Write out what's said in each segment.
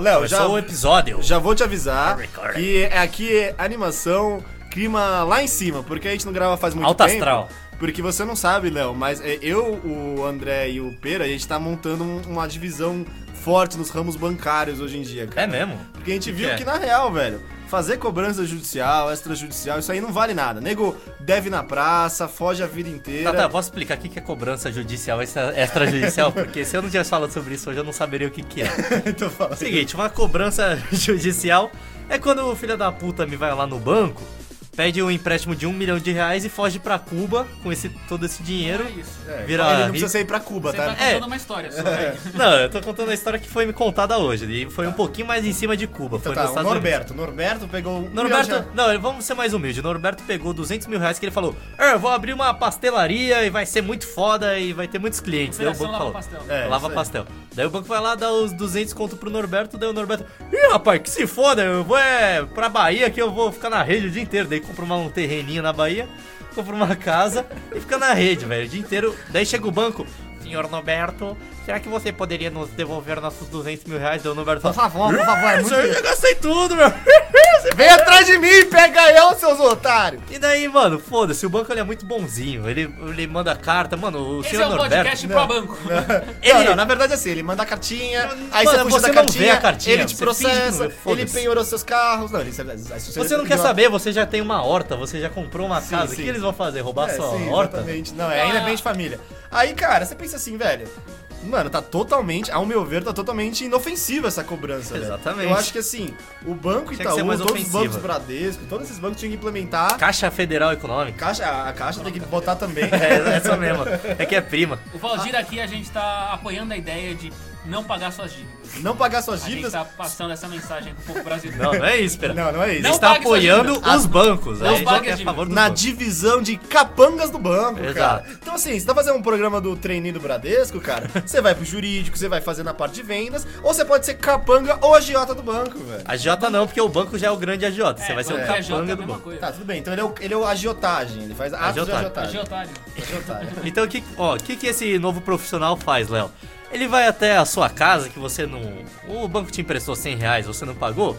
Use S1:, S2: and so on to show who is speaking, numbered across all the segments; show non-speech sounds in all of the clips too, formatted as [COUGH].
S1: Léo, já,
S2: Começou o episódio.
S1: já vou te avisar
S2: Record.
S1: que é- aqui é animação, clima lá em cima, porque a gente não grava faz muito
S2: Alto
S1: tempo.
S2: astral.
S1: Porque você não sabe, Léo, mas é, eu, o André e o Pera, a gente tá montando um- uma divisão forte nos ramos bancários hoje em dia, cara.
S2: É mesmo?
S1: Porque a gente viu
S2: que é?
S1: que, na real, velho, fazer cobrança judicial, extrajudicial, isso aí não vale nada. Nego deve na praça, foge a vida inteira.
S2: Tá, tá, posso explicar o que que é cobrança judicial e extra- extrajudicial? Porque se eu não tivesse falado sobre isso hoje, eu não saberia o que que é.
S1: [LAUGHS] então fala.
S2: Seguinte, uma cobrança [LAUGHS] judicial é quando o filho da puta me vai lá no banco, pede um empréstimo de um milhão de reais e foge pra Cuba com esse, todo esse dinheiro.
S1: É,
S2: Vira
S1: ele não
S2: rico.
S1: precisa sair pra Cuba,
S3: Você
S1: tá?
S3: tá contando uma história só. né?
S2: Não, eu tô contando a história que foi me contada hoje. E foi um pouquinho mais em cima de Cuba.
S1: Então
S2: foi
S1: tá, o
S2: nos Estados Unidos.
S1: Norberto. Norberto pegou um milhão de reais.
S2: Norberto, não, vamos ser mais humilde. Norberto pegou 200 mil reais que ele falou: "É, Eu vou abrir uma pastelaria e vai ser muito foda e vai ter muitos clientes. Daí o
S3: Operação
S2: banco
S3: Lava
S2: falou:
S3: Pastel.
S1: É, isso
S2: Lava
S1: aí.
S2: pastel. Daí o banco vai lá, dá os 200 conto pro Norberto. Daí o Norberto: Ih, rapaz, que se foda, eu vou é, pra Bahia que eu vou ficar na rede o dia inteiro. Daí compra uma- um terreninho na Bahia, compra uma casa e fica na rede, velho, o dia inteiro. Daí chega o banco: Senhor Norberto, será que você poderia nos devolver nossos 200 mil reais? Daí o Norberto fala:
S1: favor, por favor, é
S2: "Isso aí, Eu gastei tudo, meu. [LAUGHS]
S1: Vem atrás de mim, pega eu, seus otários!
S2: E daí, mano, foda-se, o banco ele é muito bonzinho. Ele, ele manda carta, mano, o
S3: Esse
S2: senhor
S3: é o
S2: Norberto. né?
S3: podcast pro banco.
S2: [LAUGHS] Ele-
S1: Não, não, na verdade é assim, ele manda a cartinha, aí
S2: Mano,
S1: você puxa
S2: você
S1: da
S2: não
S1: cartinha,
S2: vê a cartinha,
S1: ele te
S2: você finge que não
S1: processa,
S2: vê,
S1: ele
S2: foda-se.
S1: penhorou seus carros. Não, ele, você
S2: Você não quer saber, você já tem uma horta, você já comprou uma
S1: Sim,
S2: casa.
S1: sim.
S2: O que eles vão fazer? Roubar
S1: É,
S2: sua
S1: sim,
S2: horta?
S1: exatamente. Não, é, ainda é bem de família. Aí, cara, você pensa assim, velho. Mano, tá totalmente, ao meu ver, tá totalmente inofensiva essa cobrança. velho.
S2: Exatamente.
S1: Eu acho que assim, o Banco
S2: Tinha que
S1: Itaú,
S2: ser mais
S1: todos os
S2: ofensiva.
S1: bancos Bradesco, todos esses bancos tinham que implementar.
S2: Caixa Federal Econômica?
S1: Caixa, a Caixa tem que botar também.
S2: [LAUGHS] É, é essa mesmo. É que é prima.
S3: O Valdir aqui, a gente tá apoiando a ideia de não pagar suas dívidas.
S1: Não pagar suas
S3: A gente
S1: dívidas.
S3: tá passando essa mensagem pro povo brasileiro.
S2: Não, não é isso, pera.
S1: Não, não é isso.
S2: A gente
S3: Não
S2: tá
S3: pague suas
S2: apoiando
S1: dívidas.
S2: os bancos.
S3: Não
S2: a gente
S3: pague
S2: é a
S3: as
S2: favor dos
S1: na
S2: bancos.
S1: divisão de capangas do banco,
S2: Exato.
S1: cara. Então, assim, você tá fazendo um programa do treininho do Bradesco,
S2: [LAUGHS]
S1: cara, você vai pro jurídico, você vai fazer na parte de vendas, ou você pode ser capanga ou agiota do banco, velho.
S2: A Jota não, porque o banco já é o grande agiota. Você
S3: É,
S2: vai ser o
S3: banco e agiota é
S2: capanga
S3: a
S2: do
S3: mesma
S2: banco.
S3: coisa.
S1: Tá, tudo bem. Então ele é o, ele é o agiotagem, ele faz atos de
S2: Agiotagem.
S1: agiotagem.
S3: Agiotário.
S1: Agiotagem.
S2: Então, o que, ó, o que, que esse novo profissional faz, Léo? Ele vai até a sua casa que você não. O banco te emprestou 100 reais, você não pagou?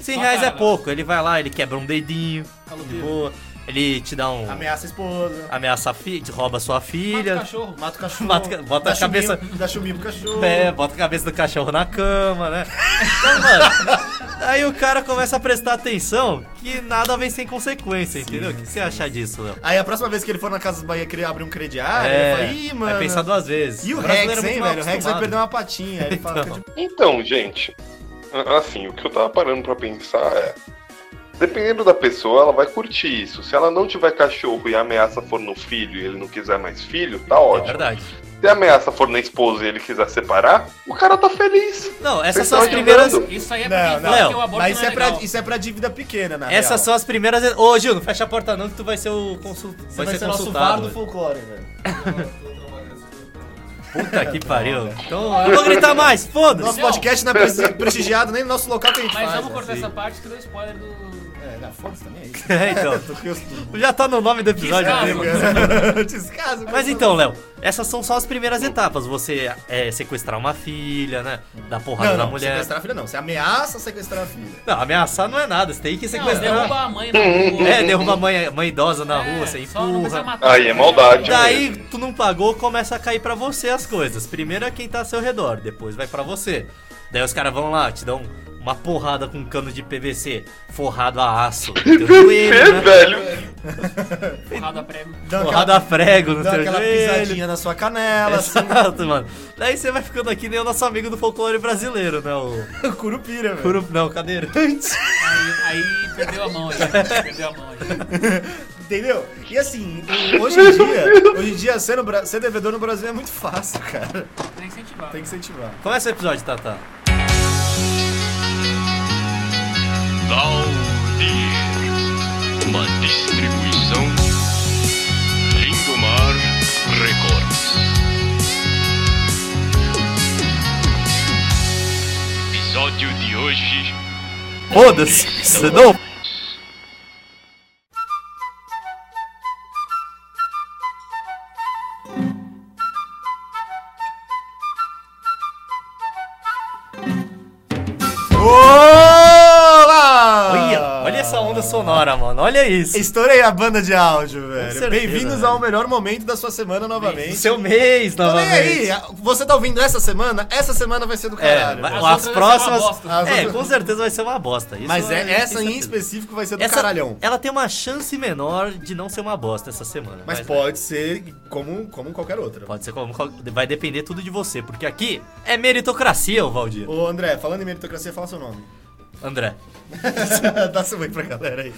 S2: 100
S3: Só
S2: reais é
S3: cara.
S2: pouco. Ele vai lá, ele quebra um dedinho,
S3: Fala o
S2: de
S3: dedo.
S2: boa. Ele te dá um.
S1: Ameaça a esposa.
S2: Ameaça a filha, rouba a sua
S3: Mata o
S2: filha.
S3: cachorro.
S1: Mata o cachorro.
S2: Mata o ca- bota
S1: dá
S2: a cabeça-
S1: chuminho- dá chuminho pro cachorro.
S2: É, bota a cabeça do cachorro na cama, né? Então,
S1: [LAUGHS]
S2: mano, aí o cara começa a prestar atenção que nada vem sem consequência, entendeu? O que você acha dicho disso, Léo?
S1: Aí a próxima vez que ele for na Casa Bahia querer abrir um crediário, ele fala, ih, mano.
S2: vai pensar duas vezes.
S1: E o
S2: É. brasileiro
S1: Rex,
S2: é muito
S1: hein,
S2: mal
S1: velho? O Rex vai
S2: acostumado.
S1: perder uma patinha. Ele fala,
S2: [LAUGHS] Então.
S4: Então, gente, a- assim, o que eu tava parando pra pensar é. Dependendo da pessoa, ela vai curtir isso. Se ela não tiver cachorro e a ameaça for no filho e ele não quiser mais filho, tá
S2: É
S4: ótimo.
S2: verdade.
S4: Se a ameaça for na esposa e ele quiser separar, o cara tá feliz.
S2: Não, essas
S4: Vocês
S2: são as
S4: estão
S2: primeiras.
S4: ajudando.
S3: Isso aí é porque
S1: Não,
S3: fala
S2: não.
S3: que o aborto
S1: Mas
S3: não
S1: isso
S3: é
S1: é, pra,
S3: legal.
S1: isso é pra dívida pequena, na
S2: Essas
S1: real.
S2: são as primeiras. Ô, Gil, não fecha a porta não, que tu vai ser o consultor.
S1: Você vai ser nosso VAR do
S2: consultado.
S1: folclore, velho.
S2: Puta que pariu. Então, eu não vou gritar mais,
S1: Nosso
S2: foda-se.
S3: Não.
S1: podcast não é presi- prestigiado, nem no nosso local que a gente
S3: Mas
S1: faz.
S3: vamos cortar
S1: né?
S3: essa parte que deu spoiler do.
S1: É, não, foda-se também, [LAUGHS] é isso.
S2: É, então,
S1: Tô com isso-
S2: já tá no nome do episódio.
S3: Descaso.
S1: [LAUGHS]
S2: né?
S1: Descaso.
S2: Mas então, Léo, essas são só as primeiras etapas. Você é, sequestrar uma filha, né? Dar porrada
S1: Não,
S2: na
S1: não,
S2: mulher.
S1: sequestrar a filha não. Você ameaça sequestrar a filha.
S2: Não, ameaçar não é nada, você tem que
S3: Não,
S2: sequestrar.
S3: derruba a
S4: [LAUGHS]
S3: mãe na rua. [LAUGHS]
S2: é, derruba a mãe, mãe idosa na
S3: É,
S2: rua, você
S3: só não precisa
S2: empurra.
S3: matar.
S4: Aí é maldade.
S2: Daí
S4: mesmo.
S2: tu não pagou, começa a cair pra você as coisas. Primeiro é quem tá ao seu redor, depois vai pra você. Daí os caras vão lá, te dão uma porrada com um cano de PVC forrado a aço. no teu
S4: Vê,
S2: joelho, né?
S4: velho.
S3: Porrada prego.
S1: Dá
S2: Porrada a frego no
S1: dá
S2: teu
S1: aquela
S2: [LAUGHS] joelho.
S1: pisadinha assim. na sua canela,
S2: Exato, mano. Daí você vai ficando aqui nem o nosso amigo do folclore brasileiro, né? O
S1: assim, curupira, velho.
S2: Curup, não, cadeirante.
S3: Aí, aí perdeu a mão aí. Perdeu a mão aí.
S1: Entendeu? E assim, o- hoje em dia, hoje em dia ser, no Bra- ser devedor no Brasil é muito fácil, [LAUGHS] cara.
S3: Tem que incentivar.
S1: Tem que incentivar.
S2: Começa o episódio, Tata.
S5: Valdir, uma distribuição Lindomar Records. Episódio de hoje.
S2: Foda-se, você não
S1: Ah.
S2: banda sonora, mano. Olha isso.
S1: Estourei a banda de áudio, velho.
S2: certeza,
S1: Bem-vindos
S2: velho.
S1: ao melhor momento da sua semana
S2: O
S1: novamente.
S2: seu mês,
S1: Então,
S2: novamente.
S1: nem aí, você tá ouvindo essa semana? Essa semana vai ser do
S2: É,
S1: caralho.
S2: vai-
S1: velho.
S3: As
S2: as,
S3: outras vai ser uma
S2: próximas.
S3: bosta.
S2: É, com certeza vai ser uma bosta. Isso
S1: Mas
S2: eu
S1: é,
S2: tenho
S1: essa em
S2: certeza.
S1: específico vai ser do
S2: Essa-
S1: caralhão.
S2: Ela tem uma chance menor de não ser uma bosta essa semana.
S1: Mas pode ser como, como qualquer outra.
S2: Pode ser como. Vai depender tudo de você, porque aqui é meritocracia, ô Valdir.
S1: Ô, André, falando em meritocracia, fala seu nome.
S2: André.
S1: [LAUGHS] Dá seu oi pra galera aí.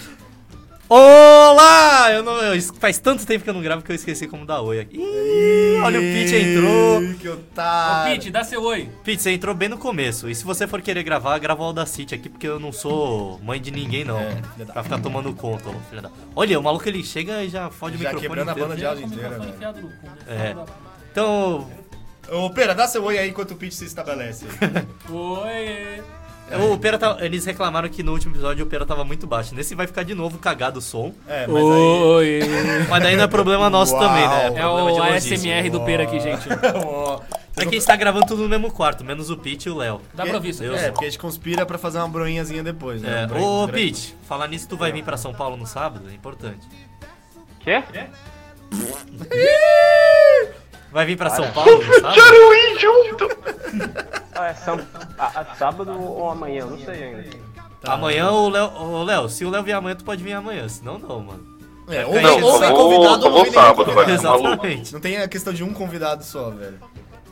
S2: Olá! Eu não, eu- faz tanto tempo que eu não gravo que eu esqueci como dar oi aqui. Ih, olha, o Pete entrou.
S1: Ih, Que otário.
S3: Ô, Pete, dá seu oi.
S2: Pete, você entrou bem no começo. E se você for querer gravar, grava o Audacity aqui, porque eu não sou mãe de ninguém, não.
S1: É, filha da-
S2: pra ficar tomando conta, ô, filha da... Olha, o maluco ele chega e já fode o
S1: Já
S2: microfone.
S1: quebrando a
S2: inteiro.
S1: banda de
S3: Já
S1: áudio
S3: com o
S1: inteira,
S3: microfone
S1: velho.
S3: enfiado no cu, né?
S2: É. Então,
S1: Ô, Pera, dá seu oi aí enquanto o Pete se [LAUGHS] estabelece.
S3: Oi.
S2: o Pera tá- eles reclamaram que no último episódio o Pera tava muito baixo. Nesse vai ficar de novo cagado o som.
S1: É, mas aí...
S3: Oi.
S2: Mas daí não é problema nosso
S1: Uau.
S2: também, né?
S3: É
S2: problema de
S3: o
S2: logística.
S3: ASMR do Pera aqui, gente.
S1: Ó,
S2: É que a gente tá gravando tudo no mesmo quarto, menos o Pete e o Léo.
S3: Dá pra ouvir isso.
S2: Deus.
S1: É, porque a gente conspira pra fazer uma broinhazinha depois, né?
S2: É,
S1: Um break,
S2: ô,
S1: break.
S2: Pete, falar nisso, tu vai vir pra São Paulo no sábado? É importante.
S6: Quê?
S2: Vai vir pra São Paulo no
S4: [LAUGHS]
S2: sábado?
S4: Quero ir junto!
S6: Ah, é são... a- a- sábado ou amanhã, não sei ainda.
S2: Amanhã o Léo. Ô, Léo, se o Léo vier amanhã, tu pode vir amanhã. Senão não, mano.
S1: É, ou,
S2: Não,
S1: vem- ou
S2: só
S1: vem
S4: vou-
S1: convidado
S4: só
S1: ou não
S4: vou
S1: vem nenhum
S4: sábado,
S1: convidado.
S4: velho.
S2: Exatamente.
S1: Não tem a questão de um convidado só, velho.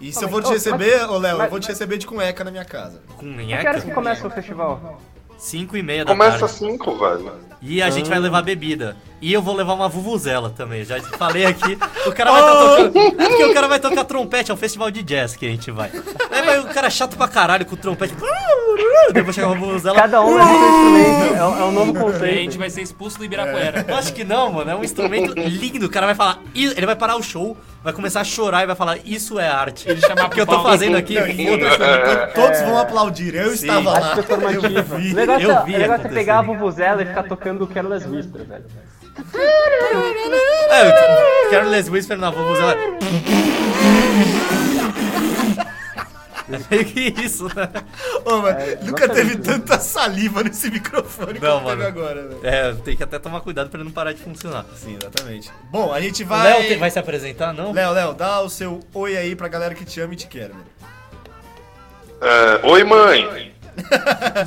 S1: E se
S6: Ah,
S1: eu for
S6: mas-
S1: te
S6: oh,
S1: receber, ô Léo, eu
S6: mas-
S1: vou te receber de cueca na minha casa.
S2: Com
S6: Que horas que
S2: nheca?
S6: começa o festival?
S2: 5 e meia É da
S4: Começa assim, às
S2: tarde.
S4: 5, velho.
S2: E a gente vai levar bebida. E eu vou levar uma vuvuzela também. Já falei aqui. O cara vai tá tocando. É porque o cara vai tocar trompete. É um festival de jazz que a gente vai. Aí vai o cara é chato pra caralho com o trompete. Depois chega uma vuvuzela.
S6: Cada um é um instrumento, é, um- é um novo
S3: A
S6: conceito.
S3: gente vai ser expulso do Ibirapuera.
S2: Eu acho que não, mano. É um instrumento lindo. O cara vai falar. "Ih", Ele vai parar o show, vai começar a chorar e vai falar: Isso é arte.
S3: Ele chamar
S2: O que eu
S3: pro
S2: tô
S3: palco.
S2: fazendo aqui? foda-se.
S1: E Todos vão aplaudir. Eu
S2: Sim.
S1: estava lá.
S6: Acho performativo.
S1: Eu vi.
S6: O negócio
S2: eu
S6: é-
S2: vi
S6: o negócio é
S2: acontecer.
S6: pegar a vuvuzela e ficar tocando Careless Whisper, velho.
S2: É, eu quero Les Whisper na vuvuzela. [LAUGHS] É meio que isso, né?
S1: Ô, mano, É, nunca
S6: exatamente.
S1: teve tanta saliva nesse [LAUGHS] microfone
S2: Não,
S1: como
S2: mano.
S1: teve agora, velho.
S2: É, tem que até tomar cuidado pra ele não parar de funcionar.
S1: Sim, exatamente. Bom, a gente
S2: O
S1: vai.
S2: Léo te- vai se apresentar, não?
S1: Léo, Léo, dá o seu oi aí pra galera que te ama e te quer, velho.
S4: É, Oi, mãe!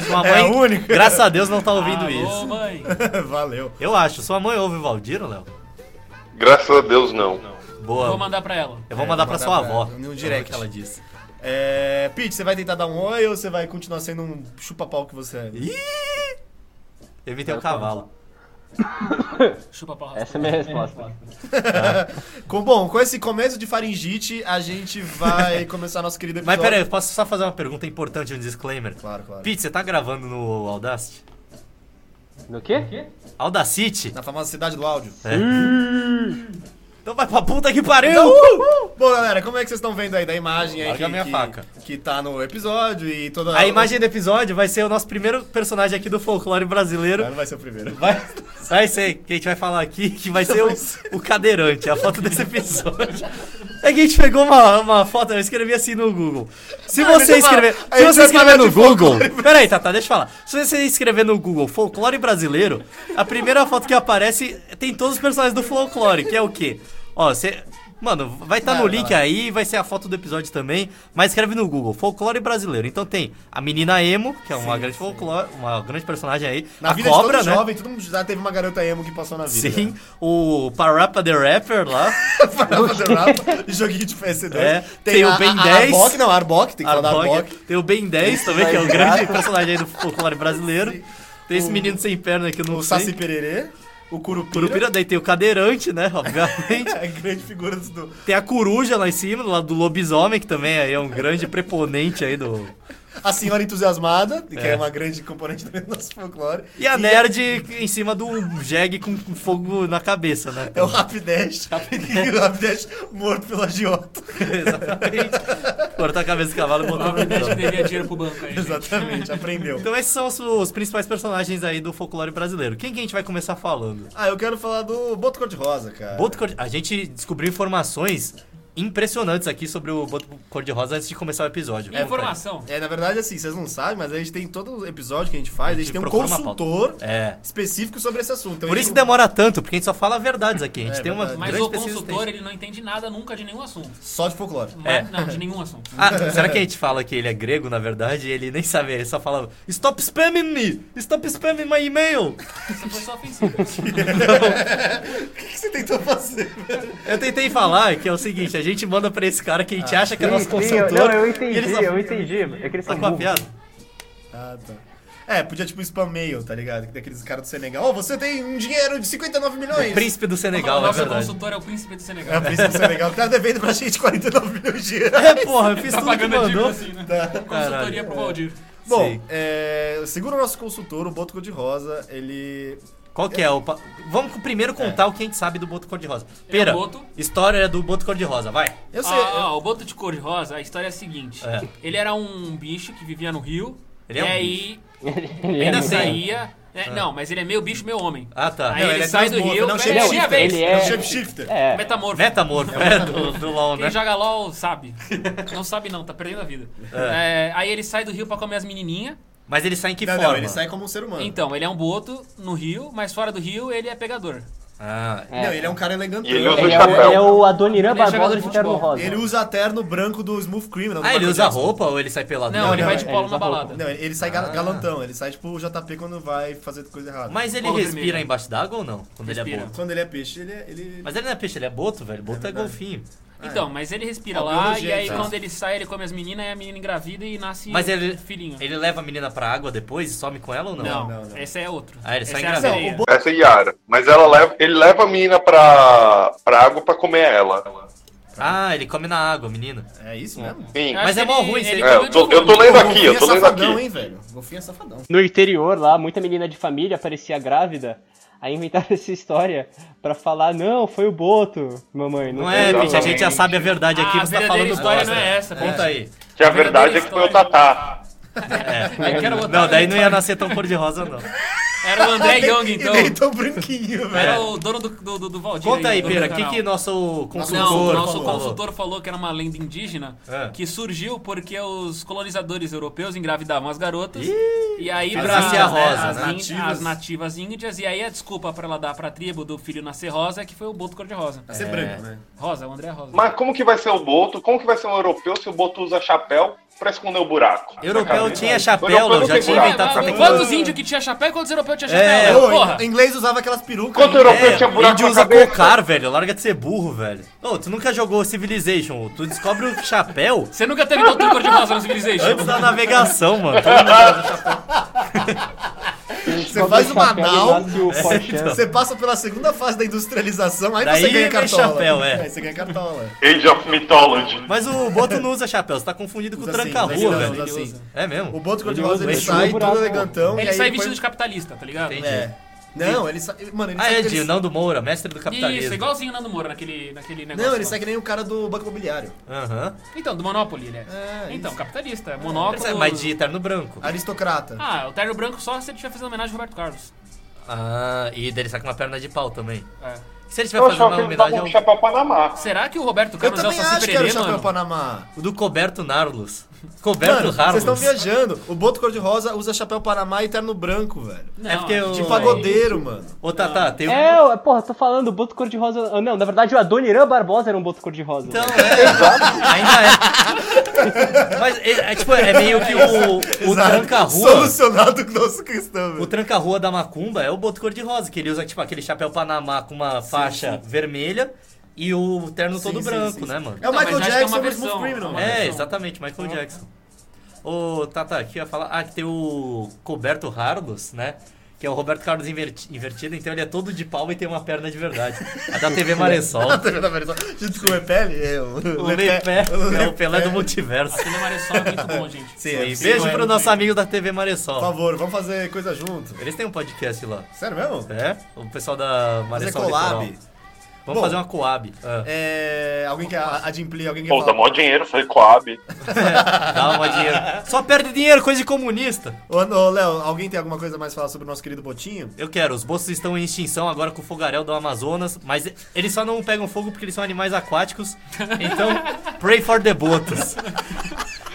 S2: Sua
S1: é a única. [LAUGHS]
S2: Graças a Deus não tá ouvindo
S3: Alô,
S2: isso.
S3: mãe.
S1: Valeu.
S2: Eu acho. Sua mãe ouve o Valdir, Léo?
S4: Graças a Deus, não.
S2: Boa.
S3: Vou mandar pra ela.
S2: Eu vou mandar
S1: É,
S2: pra
S1: vou
S2: sua
S1: mandar
S2: avó.
S1: pra- no
S2: Foi o
S1: direct.
S2: que ela disse.
S1: É. Pete, você vai tentar dar um oi ou você vai continuar sendo um chupa-pau que você é?
S2: Eu imitei o cavalo.
S3: Chupa pra
S6: Essa é a minha resposta.
S1: Com, bom, com esse começo de faringite, a gente
S2: [LAUGHS]
S1: vai começar nosso querido
S2: Mas
S1: episódio.
S2: pera aí, eu posso só fazer uma pergunta importante, um disclaimer?
S1: Claro, claro.
S2: Pete, você tá gravando no Audacity?
S6: No quê?
S2: Audacity? É.
S1: Na famosa cidade do áudio.
S2: Então vai pra puta que pariu!
S1: Bom, galera, como é que vocês estão vendo aí da imagem aí
S2: Larga
S1: que,
S2: a minha
S1: que,
S2: faca.
S1: que tá no episódio e toda [LAUGHS]
S2: A imagem do episódio vai ser o nosso primeiro personagem aqui do folclore brasileiro.
S1: Não vai ser o primeiro.
S2: Vai, vai ser que a gente vai falar aqui, que vai ser o, o cadeirante, a foto desse episódio. É que a gente pegou uma, uma foto, eu escrevi assim no Google. Se você
S1: deixa Ah, eu falar.
S2: escrever,
S1: A
S2: se
S1: gente
S2: você
S1: vai
S2: escrever
S1: falar
S2: no
S1: de folclore
S2: Google. Peraí, Tata, deixa eu falar. Se você escrever no Google folclore brasileiro, a primeira foto que aparece tem todos os personagens do folclore, que é o quê? Ó, você. Mano, vai estar
S1: Vai,
S2: no
S1: vai
S2: link
S1: lá.
S2: aí, vai ser a foto do episódio também, mas escreve no Google, folclore brasileiro. Então tem a menina emo, que é uma grande folclore, uma grande personagem aí,
S1: Na
S2: a
S1: vida
S2: cobra,
S1: de todo
S2: né?
S1: jovem, todo mundo já teve uma garota emo que passou na vida. [LAUGHS]
S2: Sim, o Parappa the Rapper lá.
S1: Parava do Rapa, joguinho de PS2.
S2: É, tem o
S1: a-
S2: Ben
S1: a-
S2: 10.
S1: A Arbok, não, a Arbok, tem que falar da
S2: Arbok.
S1: Arbok.
S2: Tem o Ben 10 também, que é o grande personagem aí do folclore brasileiro. Tem esse menino sem perna aqui no
S1: O Saci Pererê, o Curupira.
S2: Curupira, daí tem o cadeirante, né? Obviamente.
S1: [LAUGHS] A grande figura do...
S2: Tem a coruja lá em cima, do lado do lobisomem, que também aí é um grande preponente aí do.
S1: A Senhora Entusiasmada, que é,
S2: É.
S1: uma grande componente do nosso folclore.
S2: E a nerd em cima do jegue com fogo na cabeça, né?
S1: É o [LAUGHS] Rapidash. o Rapidash morto pelo agiota.
S2: [LAUGHS] Exatamente. Cortar a cabeça do cavalo e
S3: O
S2: botar no
S3: Abridete
S2: chão.
S3: devia dinheiro pro banco aí. gente.
S1: Exatamente, [LAUGHS] aprendeu.
S2: Então esses são os, os principais personagens aí do folclore brasileiro. Quem que a gente vai começar falando?
S1: Ah, eu quero falar do Boto Cor-de-Rosa, cara.
S2: Boto Cor- A gente descobriu informações impressionantes aqui sobre o Boto Cor-de-Rosa antes de começar o episódio.
S3: Informação.
S1: É, na verdade, assim, vocês não sabem, mas a gente tem todo episódio que a gente faz, a gente,
S2: gente
S1: tem um
S2: procura uma pauta.
S1: consultor
S2: É.
S1: específico sobre esse assunto. Então,
S2: Por
S1: a
S2: isso
S1: gente-
S2: que demora tanto, porque a gente só fala verdades aqui. A gente
S1: É,
S2: tem uma
S1: verdade.
S3: Mas
S2: grande
S3: o
S2: pesquisa
S3: consultor,
S2: existente.
S3: ele não entende nada nunca de nenhum assunto.
S1: Só de folclore.
S2: É.
S3: Mas- Não, de nenhum assunto.
S2: Ah, será que a gente fala que ele é grego, na verdade, e ele nem sabe, ele só fala Stop spamming me! Stop spamming my e-mail!
S3: Essa foi só
S2: [LAUGHS]
S3: ofensiva.
S1: O que você tentou fazer? [LAUGHS]
S2: Eu tentei falar que é o seguinte, a gente manda pra esse cara que a gente
S1: Ah.
S2: acha que é nosso
S6: Sim, sim, eu-
S2: consultor.
S6: não, eu
S2: e ele
S6: entendi,
S2: só-
S6: eu entendi. É que eles
S2: Tá
S6: são
S2: com uma
S6: [LAUGHS] burros.
S2: piada?
S1: Ah, tá. É, podia tipo spam-mail, tá ligado? Daqueles caras do Senegal. Ô, você tem um dinheiro de 59 milhões!
S2: Príncipe do Senegal, é
S3: Nosso
S2: verdade.
S3: consultor é o príncipe do
S1: É,
S3: Senegal.
S1: o príncipe do Senegal que tá devendo pra gente 49 milhões de euros.
S2: É, porra, eu fiz
S3: Tá
S2: tudo que
S3: pagando a dívida
S2: mandou.
S3: assim, né?
S1: Tá.
S3: Consultoria pro Valdir.
S1: [LAUGHS] Bom,
S2: Sim.
S1: é, segundo o nosso consultor, o Boto Cor-de-Rosa, ele...
S2: Qual que é o... pa- Vamos co- primeiro contar o que a gente sabe do Boto Cor-de-Rosa. Pera,
S3: É. Boto.
S2: história do Boto Cor-de-Rosa, vai.
S1: Eu sei...
S3: Ah,
S1: eu-
S3: ah, o Boto de Cor-de-Rosa, a história é a seguinte.
S2: É.
S3: Ele era um bicho que vivia no rio.
S2: Ele
S3: e
S2: é um
S3: aí
S6: Ele é
S3: ele
S2: Ainda
S6: muito-
S2: sei.
S3: saía... é, Não, mas ele é meio bicho, meio homem.
S2: Ah, tá.
S3: Aí
S1: Não,
S3: ele,
S1: ele é
S3: sai do
S1: transmorfo,
S3: rio...
S1: não,
S3: pera-
S1: shape-
S3: minha vez.
S6: ele
S1: É o
S6: é-
S1: shapeshifter.
S6: É,
S3: Metamorfo.
S2: Metamorfo, é, do, do LOL,
S3: Quem
S2: né?
S3: joga LOL sabe. Não sabe não, tá perdendo a vida. É, aí ele sai do rio pra comer as menininhas.
S2: Mas ele sai em que
S1: Não,
S2: forma?
S1: não, ele sai como um ser humano.
S3: Então, ele é um boto no rio, mas fora do rio ele é pegador.
S2: Ah,
S1: Não, ele é um cara elegantão.
S4: E ele usa
S6: Ele é, o,
S4: chapéu.
S6: ele é o Adoniran
S3: Ele é jogador
S6: Barbosa
S3: de
S6: de Terno
S3: futebol.
S6: Rosa.
S1: Ele usa a terno branco do Smooth Criminal. do
S2: Ah, ele
S1: Michael
S2: usa
S1: Jackson.
S2: roupa ou ele sai pelado?
S3: Não, ele
S1: não,
S3: vai
S1: não,
S3: de
S6: ele
S3: polo
S6: usa
S3: na
S6: roupa.
S3: balada.
S1: Não, ele ele sai gal- galantão, ele sai tipo o JP quando vai fazer coisa errada.
S2: Mas ele
S3: Polo
S2: respira
S3: vermelho.
S2: embaixo d'água ou não? Quando ele é
S3: Respira.
S2: boto.
S1: Quando ele é peixe, ele é. Ele...
S2: Mas ele não é peixe, ele é boto, velho. Boto é,
S1: verdade.
S2: golfinho.
S3: Então, mas ele respira
S1: Ah,
S3: lá
S1: biologia,
S3: e aí
S1: tá.
S3: quando ele sai ele come as meninas e a menina engravida e nasce
S2: Mas ele-
S3: filhinho.
S2: Ele leva a menina pra água depois e some com ela ou não?
S3: Não,
S1: Não, não, não.
S3: essa é outra.
S2: Ah, ele
S3: essa
S2: sai
S3: é a
S2: engravida.
S3: sereia.
S1: Não, o Boto-
S4: Essa é Yara. Mas ela leva, ele leva a menina pra, pra água pra comer ela.
S2: Ah, ele come na água, a menina.
S1: É isso mesmo?
S4: Sim.
S3: Eu acho
S2: Mas é
S3: que
S2: mó
S3: ele-
S2: ruim, se
S3: ele
S2: ele-
S4: É, eu, tô, eu tô lendo aqui, eu tô
S1: Golfinho é
S4: lendo
S1: safadão,
S4: aqui.
S1: hein, velho? Golfinho é safadão.
S6: No interior lá, muita menina de família parecia grávida. Aí inventaram [LAUGHS] essa história pra falar, não, foi o Boto, mamãe.
S2: Não é,
S4: tem
S2: bicho, a gente já
S4: exatamente.
S2: sabe a verdade aqui,
S3: Ah, a
S2: você tá
S3: verdadeira
S2: falando
S3: história
S2: bosta.
S3: não é essa,
S2: Conta
S3: é. [LAUGHS]
S2: aí. É.
S4: Que a verdade é que foi o Tatá.
S3: Aí quero botar-
S2: Não,
S3: [LAUGHS]
S2: daí não ia nascer tão cor-de-rosa, não.
S3: Era o André Young, então.
S1: Ele é tão branquinho,
S2: É
S1: velho.
S3: Era o dono do, do, do, do Valdir.
S2: Conta aí,
S3: o dono
S2: Pera,
S3: do
S2: o que,
S3: canal.
S2: que nosso consultor
S3: Não, o nosso
S2: falou?
S3: consultor falou que era uma lenda indígena
S2: É.
S3: que surgiu porque os colonizadores europeus engravidavam as garotas e aí
S2: As
S3: pra-
S2: nascia rosa,
S3: as,
S2: né?
S3: in-
S1: Nativas.
S3: as nativas índias e aí a desculpa pra ela dar pra tribo do filho nascer rosa é que foi o boto cor de rosa.
S1: Vai ser branco, né?
S3: Rosa, o André Rosa.
S4: Mas como que vai ser o Boto? Como que vai ser um europeu se o Boto usa chapéu pra esconder o buraco?
S2: Europeu tinha chapéu,
S4: O europeu
S2: Léo,
S4: não
S2: já
S4: tem
S2: tinha
S4: buraco.
S2: inventado essa tecnologia.
S3: Quantos índios que tinha chapéu e quantos europeus tinha
S2: É,
S3: chapéu?
S1: Ô,
S3: Porra!
S1: em inglês usava aquelas perucas.
S4: Quanto
S1: né?
S4: europeu tinha
S2: É,
S4: buraco
S2: índio
S4: na
S2: usa
S4: cabeça?
S2: cocar, velho. Larga de ser burro, velho. Ô, tu nunca jogou Civilization, ô. tu descobre o chapéu
S3: Você nunca teve outro cor de
S1: [LAUGHS]
S3: rosa no Civilization?
S2: antes da navegação, mano. Todo mundo usa chapéu.
S1: Você faz uma nau,
S6: Você
S1: você passa pela segunda fase da industrialização, aí
S2: Daí
S1: você ganha
S2: vem
S1: cartola.
S2: chapéu, é.
S1: Aí você ganha cartola.
S4: Age of Mythology.
S2: Mas o Boto não usa chapéu, você tá confundido com o
S1: Usa assim, usa
S2: tranca-rua,
S1: assim,
S2: velho.
S1: usa
S3: Ele
S1: assim.
S3: usa.
S2: É
S1: O
S2: mesmo?
S1: Boto Cor-de-Rosa ele,
S6: Ele usa
S1: sai
S6: um
S1: todo
S6: buraco.
S1: elegantão. e
S3: Ele
S1: aí
S3: sai
S1: depois-
S3: vestido de capitalista, tá ligado?
S2: Entendi.
S1: É. Não, ele sai. Mano, ele
S2: Ah,
S1: sai.
S2: é,
S1: ele-
S2: Dio, não do Moura, mestre do capitalismo.
S3: Isso, igualzinho o Nando Moura naquele, naquele é negócio.
S1: Não, ele
S3: lá.
S1: sai que nem o cara do Banco Imobiliário.
S2: Aham.
S3: Então, do Monopoly, ele é.
S1: É,
S3: então,
S1: isso.
S3: capitalista,
S2: Mas
S3: monóculo.
S2: é mais de terno branco.
S1: Aristocrata.
S3: Ah, o Terno Branco só se ele tiver fazendo homenagem ao Roberto Carlos.
S2: Ah, e dele sai com uma perna de pau também.
S3: É.
S2: Se ele estiver
S4: Eu
S2: fazendo
S4: achava
S2: uma
S4: que ele tava
S2: homenagem
S4: com um
S2: ao...
S4: chapéu Panamá.
S3: Será que o Roberto
S1: eu
S3: Carlos é o
S1: também acho
S3: Saci
S1: que era o
S3: Pererê,
S1: Chapéu
S3: mano?
S1: Panamá.
S2: Do Coberto Narlos.
S1: Mano,
S2: Coberto
S1: vocês
S2: Narlos.
S1: estão viajando. O Boto Cor-de-Rosa usa chapéu Panamá e terno branco, velho.
S3: Não,
S2: É porque eu-
S1: De
S2: Não,
S1: pagodeiro, mano.
S2: Ô, Tata, tem um...
S6: É, ué, porra, tô falando, o Boto Cor-de-Rosa... ah, Não, na verdade o Adoniran Barbosa era um Boto Cor-de-Rosa.
S2: Então, é. Ainda é. Mas, é, é, tipo, é meio que o, o
S1: Exato.
S2: tranca-rua...
S1: Solucionado com o nosso cristão,
S2: O
S1: velho.
S2: tranca-rua da Macumba é o Boto Cor-de-Rosa, que ele usa, tipo, aquele chapéu Panamá com uma faixa vermelha e o terno todo
S1: Sim, sim,
S2: branco,
S1: sim,
S2: né,
S1: sim.
S2: mano?
S1: É o Michael
S3: Não, mas acho que é
S1: Jackson
S3: uma
S1: do Smooth
S3: versão,
S1: Criminal.
S3: uma
S1: mano.
S2: É, exatamente, Michael Jackson. Ô, Tata, aqui ia falar. Ah, que tem o Coberto Carlos, né? Que é o Roberto Carlos inverti- invertido, então ele é todo de pau e tem uma perna de verdade. A
S1: [LAUGHS]
S2: da TV Maressol.
S1: Tá Junto com o Epele, é o
S2: o Lepé é o Pelé do multiverso.
S3: Aquele Maressol é muito bom, gente.
S1: [LAUGHS] Sim,
S2: E
S1: sim,
S2: beijo
S1: é,
S2: pro
S1: sim.
S2: nosso amigo da TV
S1: Por
S2: Maressol.
S1: favor, vamos fazer coisa junto.
S2: Eles têm um podcast lá.
S1: Sério mesmo?
S2: É? O pessoal da
S1: Fazer
S2: Maressol.
S1: collab.
S2: Litoral. Vamos
S1: Bom.
S2: fazer uma
S1: [LAUGHS]
S2: coab. Ah.
S1: É, alguém quer adimplir, alguém quer
S4: Pô, dá
S1: falar.
S4: mó dinheiro, falei Coab.
S2: É, Dá uma dinheiro. Só perde dinheiro, coisa de comunista.
S1: Ô, ô, Léo, alguém tem alguma coisa a mais pra falar sobre o nosso querido Botinho?
S2: Eu quero, os botos estão em extinção agora com o fogaréu do Amazonas, mas eles só não pegam fogo porque eles são animais aquáticos. Então, pray for the
S1: [LAUGHS]
S2: botos.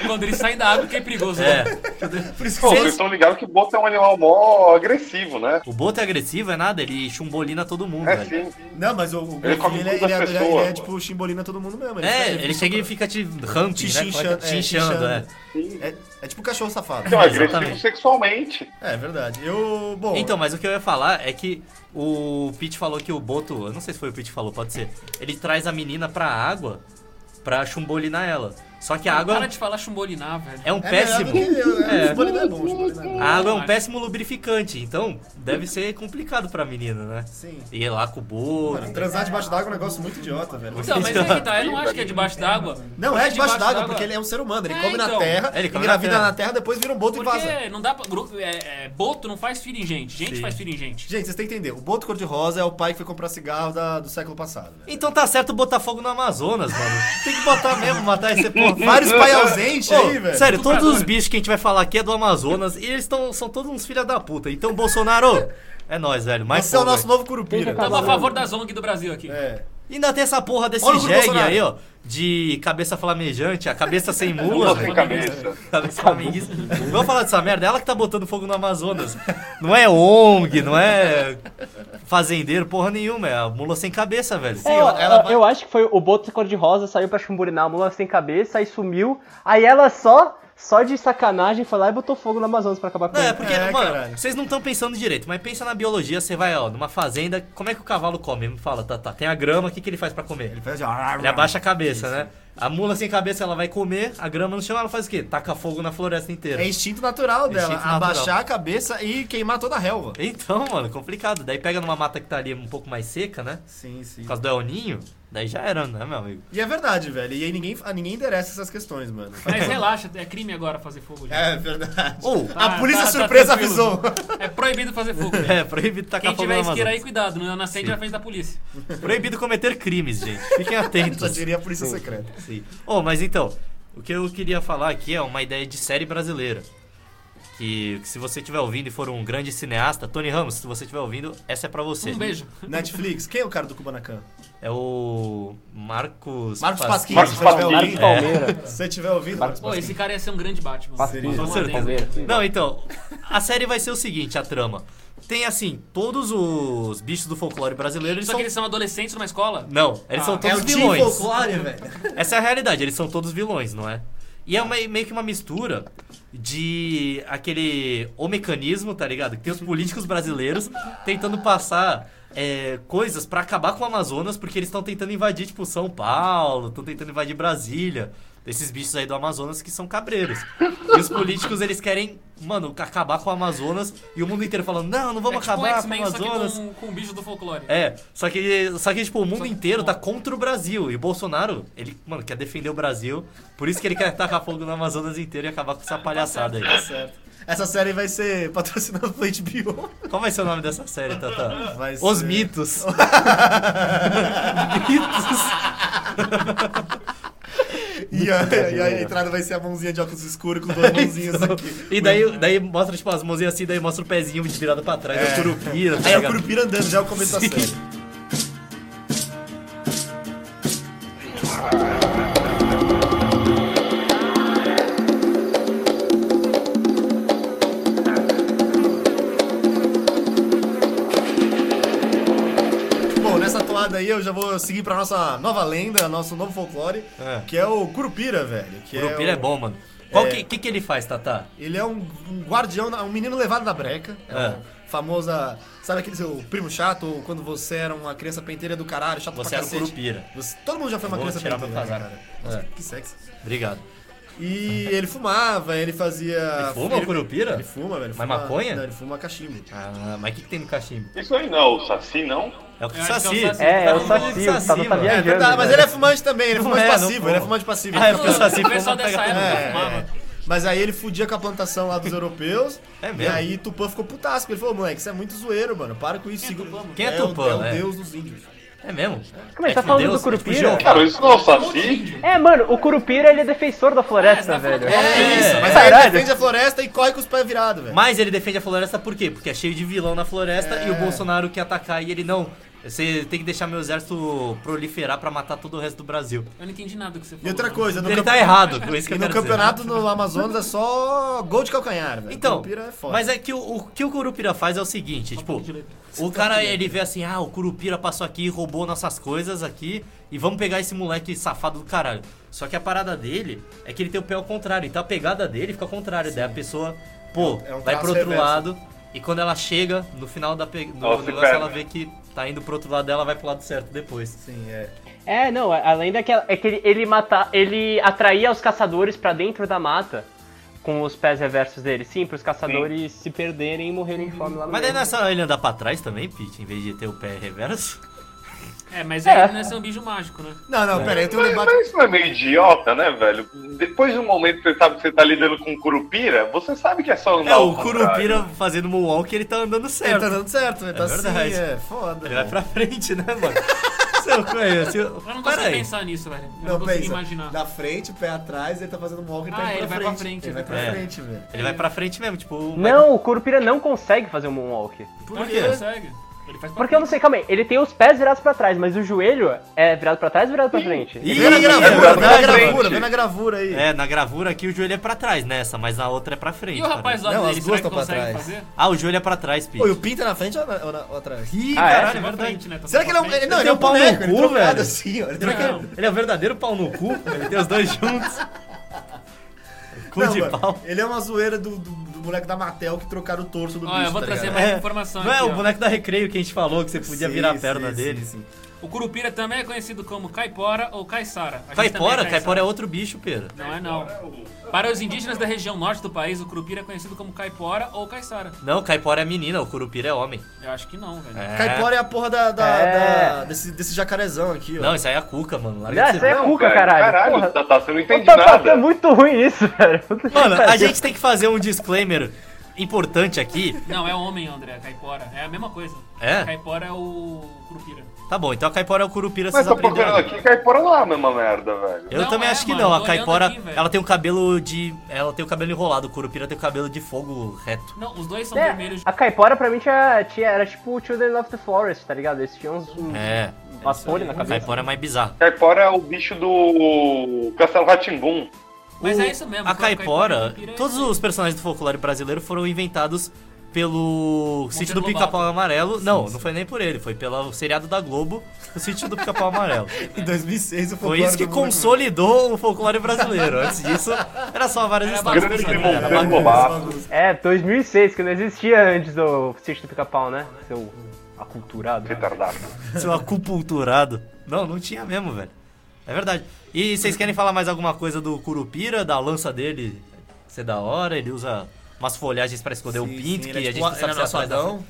S3: Quando eles saem da água, que é perigoso,
S2: É.
S3: né?
S4: Pô,
S2: Vocês-
S4: vocês estão ligados que Boto é um animal mó agressivo, né?
S2: O boto é agressivo, é nada, ele chumbolina todo mundo,
S4: É
S2: velho.
S4: sim.
S1: Não, mas o, o
S4: Ele come
S1: ele, é-
S4: tudo
S1: ele,
S4: das
S1: é- ele é-
S4: pessoas,
S1: ele é
S4: pô.
S1: tipo chimbolina todo mundo mesmo. um
S2: É,
S1: fica-
S2: ele chega e fica te ramping, né? Como é que é?
S1: Te
S2: Chinchando, é.
S1: É, é tipo cachorro safado.
S4: Então, é agressivo
S2: Exatamente.
S4: sexualmente.
S1: É verdade. Eu. Bom.
S2: Então, mas o que eu ia falar é que o Pete falou que o Boto, eu não sei se foi o Pete que falou, pode ser. Ele traz a menina pra água pra chumbolinar ela. Só que a
S3: Para
S2: água
S3: de falar chumbolinar, velho.
S2: é um
S1: Ah, é
S2: péssimo.
S1: melhor do que-
S2: É.
S1: é, Chimbolina é bom, chimbolina é bom.
S2: A água é um
S3: Mas-
S2: péssimo lubrificante, então deve ser complicado pra menina, né?
S1: Sim.
S2: Ir lá com o
S1: Mano,
S2: Boto.
S1: transar debaixo d'água é um negócio muito idiota, velho.
S3: Então, mas é que tá, eu não acho que é debaixo d'água.
S1: Não,
S3: Porque
S1: é debaixo d'água, porque ele é um ser humano. Ele
S3: É,
S1: come na
S3: então.
S1: terra,
S2: Ele come
S1: engravida
S2: na
S1: na
S2: terra.
S1: terra. depois vira um boto e vaza.
S3: Porque não dá pra. gru- é, é, boto não faz filho em gente. Gente
S2: Sim.
S3: faz filho em gente.
S1: Gente, vocês têm que entender. O boto cor-de-rosa é o pai que foi comprar cigarro da- do século passado, né?
S2: Então tá certo botar fogo no Amazonas, mano. Tem que botar mesmo, matar esse
S1: [LAUGHS]
S2: povo.
S1: Vários pai ausente
S2: Ô,
S1: aí, velho.
S2: sério, todos os
S3: Estuprador.
S2: bichos que a gente vai falar aqui é do Amazonas e eles tão, são todos uns filha da puta. Então, Bolsonaro, é nóis, velho. Mas
S1: Esse é o nosso novo Curupira.
S6: Tem que acabar.
S3: Tamo a favor da ONG do Brasil aqui.
S1: É.
S2: Ainda tem essa porra desse
S1: Olha o
S2: jegue
S1: Bolsonaro.
S2: aí, ó. De cabeça flamejante, a cabeça sem mula.
S4: Lula sem
S2: velho.
S4: cabeça.
S2: [LAUGHS] cabeça flamenguista. Vamos falar dessa merda. Ela que tá botando fogo no Amazonas. Não é ONG, não é fazendeiro, porra nenhuma. É a mula sem cabeça, velho.
S6: É,
S1: ela-
S6: eu-
S1: ela vai-
S6: Eu acho que foi o Boto cor-de-rosa, saiu pra chumburinar a mula sem cabeça, aí sumiu. Aí ela só, só de sacanagem, foi lá e botou fogo no Amazonas pra acabar com
S2: Não, é
S6: ele.
S2: porque,
S1: É,
S2: mano,
S1: caralho.
S2: vocês não estão pensando direito, mas pensa na biologia, você vai, ó, numa fazenda, como é que o cavalo come? Me fala, tá, tá, tem a grama, o que, que ele faz pra comer?
S1: Ele faz
S2: Ele abaixa a cabeça, né? A mula sem cabeça, ela vai comer, a grama no chão, ela faz o quê? Taca fogo na floresta inteira.
S1: É instinto natural dela.
S2: Instinto natural.
S1: abaixar a cabeça e queimar toda a relva.
S2: Então, mano, complicado. Daí pega numa mata que tá ali um pouco mais seca, né?
S1: Sim, sim.
S2: Por causa do El Ninho, daí já era, né, meu amigo?
S1: E é verdade, velho. E aí ninguém, a ninguém endereça essas questões, mano.
S3: Mas relaxa, é crime agora fazer fogo.
S1: [LAUGHS]
S3: gente.
S1: É verdade.
S2: Ou,
S1: a
S3: Ah,
S1: polícia
S3: tá- tá
S1: surpresa
S3: tranquilo.
S1: avisou.
S3: É proibido fazer fogo.
S2: [LAUGHS]
S3: gente.
S2: é, proibido tacar
S3: Quem
S2: fogo
S3: tiver
S2: no
S3: isqueiro aí,
S2: Amazonas.
S3: cuidado. né? Não acende na frente da polícia.
S2: Proibido cometer crimes, gente.
S3: [LAUGHS]
S2: Fiquem
S1: Só
S2: atentos.
S1: diria a polícia secreta.
S2: Sim. Oh, mas então, o que eu queria falar aqui é uma ideia de série brasileira. Que, que se você estiver ouvindo e for um grande cineasta, Tony Ramos, se você estiver ouvindo, essa é pra você.
S3: Um beijo.
S1: Netflix, quem é o cara do Kubanacan?
S2: É o Marcos
S1: Marcos
S2: Pas-
S1: Pasquim.
S4: Marcos
S1: se você tiver
S4: Pasquim.
S1: ouvindo.
S6: Marcos Palmeira.
S1: É. [LAUGHS] Se você tiver ouvindo, Marcos
S3: Pô, esse cara ia ser um grande Batman.
S1: Parceria.
S3: Só um
S2: Com certeza.
S3: adendo.
S2: Não, então, a série vai ser o seguinte, a trama. Tem assim, todos os bichos do folclore brasileiro, eles
S3: Só
S2: são
S3: que eles são adolescentes numa escola?
S2: Não, eles
S3: Ah,
S2: são
S1: É
S2: todos
S1: o Team
S2: vilões.
S1: Folclore, velho.
S2: Essa é a realidade, eles são todos vilões, não é? E é uma- meio que uma mistura de aquele o mecanismo, tá ligado? Que tem os políticos brasileiros tentando passar é, coisas pra acabar com o Amazonas, porque eles estão tentando invadir, tipo, São Paulo, estão tentando invadir Brasília. Esses bichos aí do Amazonas que são cabreiros. E os políticos, eles querem, mano, acabar com o Amazonas e o mundo inteiro falando, não, não vamos
S3: é tipo um
S2: acabar com o
S3: X-Men, só que
S2: Amazonas.
S3: com, com um bicho do folclore.
S2: É, só que, só que tipo, o mundo
S3: Só que-
S2: inteiro tá contra o Brasil. E o Bolsonaro, ele, mano, quer defender o Brasil. Por isso que ele quer tacar fogo no Amazonas inteiro e acabar com essa palhaçada aí.
S1: Tá certo. Essa série vai ser patrocinada pelo HBO.
S2: Qual vai ser o nome dessa série, Tata?
S1: Vai
S2: Os
S1: ser-
S2: mitos. mitos.
S1: E a, e a entrada vai ser a mãozinha de óculos escuros com [LAUGHS] duas mãozinhas aqui.
S2: E daí, daí mostra, tipo, as mãozinhas assim, daí mostra o pezinho virado pra trás, é o curupira, tá
S1: Aí é o
S2: ligado?
S1: Curupira andando, já é o começo da
S2: Sim.
S1: série. Bom, nessa toada aí eu já vou seguir pra nossa nova lenda, nosso novo folclore,
S2: É.
S1: que é o Curupira, velho. que
S2: Curupira
S1: o-
S2: é bom, mano. Qual
S1: É.
S2: que, que que ele faz, Tata?
S1: Ele é um, um guardião, um menino levado da breca. É.
S2: É.
S1: uma famosa. Sabe aquele seu primo chato? Ou quando você era uma criança penteira do caralho, chato
S2: Você
S1: pra
S2: era o
S1: cacete.
S2: Curupira.
S1: Você- todo mundo já foi uma
S2: Vou
S1: criança
S2: tirar
S1: penteira.
S2: meu
S1: né,
S2: casaco.
S1: Nossa,
S2: É.
S1: que sexy.
S2: Obrigado.
S1: E ele fumava, ele fazia.
S2: Ele fuma, o Curupira?
S1: Ah, Ele fuma, velho.
S2: Mas
S1: fuma-
S2: maconha?
S1: Não, ele fuma cachimbo.
S2: Ah, mas o que, que tem no cachimbo?
S4: Isso aí não, o Saci não.
S2: É o que
S3: Eu acho que é o
S2: saci.
S3: saci.
S6: É, é o
S2: Tá falando
S6: Saci,
S2: de
S6: o Tata tá
S2: mano.
S1: É
S6: viajando.
S1: verdade, mas
S6: velho.
S1: ele é fumante também, ele é
S2: Não
S1: fumante
S2: é, não
S1: passivo,
S2: fuma.
S1: ele é fumante passivo.
S2: Ah, é
S1: Ele
S2: porque o saci
S3: O pessoal
S2: fuma pra
S3: dessa
S2: pegar
S3: época
S1: É,
S3: fumava.
S1: Mas aí ele fudia com a plantação lá dos europeus.
S2: É
S1: E
S2: mesmo?
S1: aí Tupã ficou putasco. Ele falou, moleque, isso é muito zoeiro, mano. Para com isso.
S3: Quem é
S1: siga-
S3: Tupã, mano?
S2: Quem é
S1: o-
S2: Tupã,
S1: É o
S2: é?
S1: deus dos índios.
S2: É mesmo?
S6: Como é que tá
S2: com
S6: falando
S2: Deus,
S6: do
S2: é tipo
S6: Curupira?
S2: Jeová.
S4: Cara, isso não é o Saci?
S6: É, mano, o Curupira ele é defensor da floresta,
S3: Ah, você tá
S6: velho.
S3: falando-
S2: É.
S1: Isso, mas aí
S6: Caralho.
S1: ele defende a floresta e corre com os pés virados, velho.
S2: Mas ele defende a floresta por quê? Porque é cheio de vilão na floresta
S1: É.
S2: e o Bolsonaro quer atacar e ele não. Você tem que deixar meu exército proliferar pra matar todo o resto do Brasil.
S3: Eu não entendi nada do que você falou.
S1: E outra
S3: mano.
S1: coisa, no,
S2: ele
S1: campe-
S2: tá errado, é isso
S1: e
S2: que eu
S1: no
S2: quero dizer.
S1: campeonato no Amazonas é só gol de calcanhar, velho.
S2: Então,
S1: Curupira é foda.
S2: mas é que o, o que o Curupira faz é o seguinte, tipo,
S3: pouco de letra.
S2: o cara ele vê assim, ah, o Curupira passou aqui, roubou nossas coisas aqui e vamos pegar esse moleque safado do caralho. Só que a parada dele é que ele tem o pé ao contrário, então a pegada dele fica ao contrário, daí a pessoa, pô,
S1: É um
S2: vai
S1: traço
S2: pro outro
S1: reverso.
S2: lado e quando ela chega no final da pe... do
S4: Ela se
S2: negócio
S4: perde.
S2: ela vê que tá indo pro outro lado dela, vai pro lado certo depois.
S1: Sim, é.
S6: É, não, além daquela. É que ele, ele mata- ele atraía os caçadores pra dentro da mata com os pés reversos dele. Sim, pros caçadores se perderem e morrerem de fome lá no
S2: Mas daí
S6: meio.
S2: não é só ele andar pra trás também, Pete, em vez de ter o pé reverso.
S3: É, mas
S6: É.
S3: aí não é ser um bicho mágico, né?
S1: Não, não, pera aí, tem um
S4: Mas,
S1: debate.
S4: mas isso não é meio idiota, né, velho? Depois de um momento que você sabe que você tá lidando com curupira, você sabe que é só andar
S2: É,
S4: ao
S2: o
S4: contrário.
S2: Curupira fazendo moonwalk, ele tá andando
S1: Ele
S2: certo.
S1: tá dando certo, ele tá
S2: verdade.
S1: assim, é foda.
S2: Ele vai
S1: velho.
S2: pra frente, né, [LAUGHS] mano? Seu conhece.
S3: Eu não consigo
S2: Peraí.
S3: pensar nisso, velho. Eu
S1: Não,
S3: não, consigo
S1: pensa,
S3: imaginar.
S1: da frente, o pé atrás, ele tá fazendo um walk e tá
S3: Ah,
S1: indo
S3: ele vai pra frente,
S1: Ele vai
S3: né?
S1: pra
S2: É.
S1: frente, velho.
S2: Ele vai pra frente mesmo, tipo. vai-
S6: Não, o Curupira não consegue fazer um moonwalk.
S3: Por
S2: Por
S3: que
S2: quê?
S3: Então ele consegue? Ele faz pra
S6: Porque eu não sei, calma aí, ele tem os pés virados pra trás, mas o joelho é virado pra trás ou virado pra frente?
S2: Ih,
S1: Vê na
S2: é
S1: gravura, vê na
S2: verdade,
S1: gravura,
S4: mano.
S1: vê na gravura aí.
S2: É, na gravura aqui o joelho é pra trás nessa, mas a outra é pra frente.
S3: E o rapaz
S2: parece.
S3: lá
S1: Não,
S3: dele,
S1: as
S3: será
S1: duas
S3: que
S1: estão pra
S3: consegue
S1: trás.
S3: fazer?
S2: Ah, o joelho é pra trás, Pete.
S1: Pô, e o Pinta na frente ou, na, ou, na- ou atrás?
S2: Ih,
S6: Ah, é?
S2: caralho, é,
S3: Pra
S2: verdade.
S3: frente, né? Tá
S1: Será que ele é um.
S3: pra frente.
S1: Ele, não, ele é um
S2: Tem um pau no
S1: boneco, ele
S2: cu,
S1: é trocado
S2: velho.
S1: assim, ó. Ele
S2: Ele é,
S1: trocado.
S2: ele é um verdadeiro pau no cu, ele tem os dois juntos. [LAUGHS] Cu
S1: Não,
S2: de
S1: mano,
S2: pau.
S1: Ele é uma zoeira do, do, do moleco da Matel que trocaram o torso do
S3: Ó,
S1: bicho,
S3: eu vou
S1: tá
S3: trazer
S1: ligado?
S3: mais informação
S2: Não é
S3: aqui,
S2: o
S3: ó.
S2: boneco da recreio que a gente falou, que você podia
S1: Sim,
S2: virar a
S1: sim,
S2: perna
S1: sim,
S2: dele.
S1: sim.
S3: O Curupira também é conhecido como Caipora ou Caiçara. A gente
S2: Caipora?
S3: também
S2: Caipora é outro bicho, pera.
S3: Não é não. Para os indígenas da região norte do país, o Curupira é conhecido como Caipora ou Caiçara.
S2: Não, Caipora é menina, o Curupira é homem.
S3: Eu acho que não, velho.
S2: É.
S1: Caipora é a porra da, da-
S6: É.
S1: da- desse, desse jacarezão aqui, ó.
S2: Não, isso aí é a cuca, mano. Larga
S6: Ah,
S2: de ser
S6: isso aí é
S4: Não,
S6: cuca,
S4: velho,
S6: caralho. Porra.
S4: Caralho, Tatá, você não entende
S6: Puta,
S4: nada.
S6: é muito ruim isso, velho. Puta que
S2: Mano, a
S6: pariu.
S2: gente tem que fazer um disclaimer importante aqui.
S3: Não, é homem, André, Caipora. É a mesma coisa.
S2: É?
S3: Caipora é o Curupira.
S2: Tá bom, então a caipora é o curupira,
S4: Mas tá
S2: vocês
S4: tô procurando
S2: aprenderam.
S4: aqui, caipora lá é a mesma merda, velho.
S2: Eu
S3: Não,
S2: também
S3: é,
S2: acho que
S3: mano,
S2: não.
S3: eu
S2: A
S3: tô olhando
S2: caipora,
S3: aqui, velho.
S2: ela tem o cabelo de. Ela tem o cabelo enrolado. O curupira tem o cabelo de fogo reto.
S3: Não, os dois são
S6: É,
S3: vermelhos.
S6: a Caipora pra mim tinha, tinha, era tipo o Children of the Forest, tá ligado? Eles tinham uns, uns
S2: É.
S6: umas folhas na
S2: A
S6: cabeça.
S2: caipora é mais bizarra.
S4: Caipora é o bicho do Castelo Ratimbum.
S3: Mas
S2: O-
S3: é isso mesmo.
S2: A caipora,
S3: Curupira é-
S2: todos os personagens do folclore brasileiro foram inventados pelo sítio do
S3: Lobato.
S2: Pica-Pau Amarelo. Não, não foi nem por ele, foi pelo seriado da Globo, o sítio do Pica-Pau Amarelo.
S1: Em 2006 o
S2: Foi
S1: folclore
S2: isso que
S1: do mundo-
S2: consolidou o folclore brasileiro. Antes disso, era só várias
S3: Era
S2: histórias.
S4: bagunça,
S2: Era
S4: né? Era
S2: bagunça.
S4: Lobato.
S6: É, 2006, que não existia antes do Sítio do Pica-Pau, né? Seu aculturado.
S4: Retardado.
S2: Seu é um acupunturado. Não, não tinha mesmo, velho. É verdade. E vocês querem falar mais alguma coisa do Curupira, da lança dele ser da hora? Ele usa umas folhagens pra esconder o
S1: Sim,
S2: pinto,
S1: sim, ele
S2: que
S1: é
S2: a gente
S1: tipo
S2: não sabe
S1: a-
S2: se é atrás da
S1: engraçadão.
S2: frente.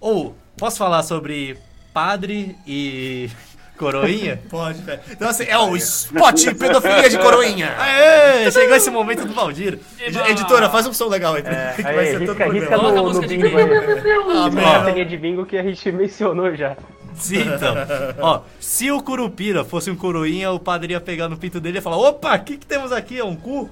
S2: Ou, posso falar sobre padre e [LAUGHS] coroinha?
S1: Pode, velho. Então assim, é o spot pedofilia de
S2: [LAUGHS]
S1: coroinha.
S2: Aê, chegou esse momento do Valdir.
S3: Eba!
S1: Editora, faz um som legal aí. que
S2: É,
S1: vai
S6: Aí,
S1: ser todo
S6: risca,
S1: o
S6: risca
S1: programa.
S3: Coloca a
S6: no, no
S3: música de
S6: bingo
S3: bingo.
S6: aí.
S1: Ah,
S6: A
S1: merda.
S6: senha de bingo que a gente [LAUGHS] mencionou já.
S2: Sim, então. Ó, se o Curupira fosse um coroinha, o padre ia pegar no pinto dele e ia falar: opa, o que, que temos aqui? É um cu?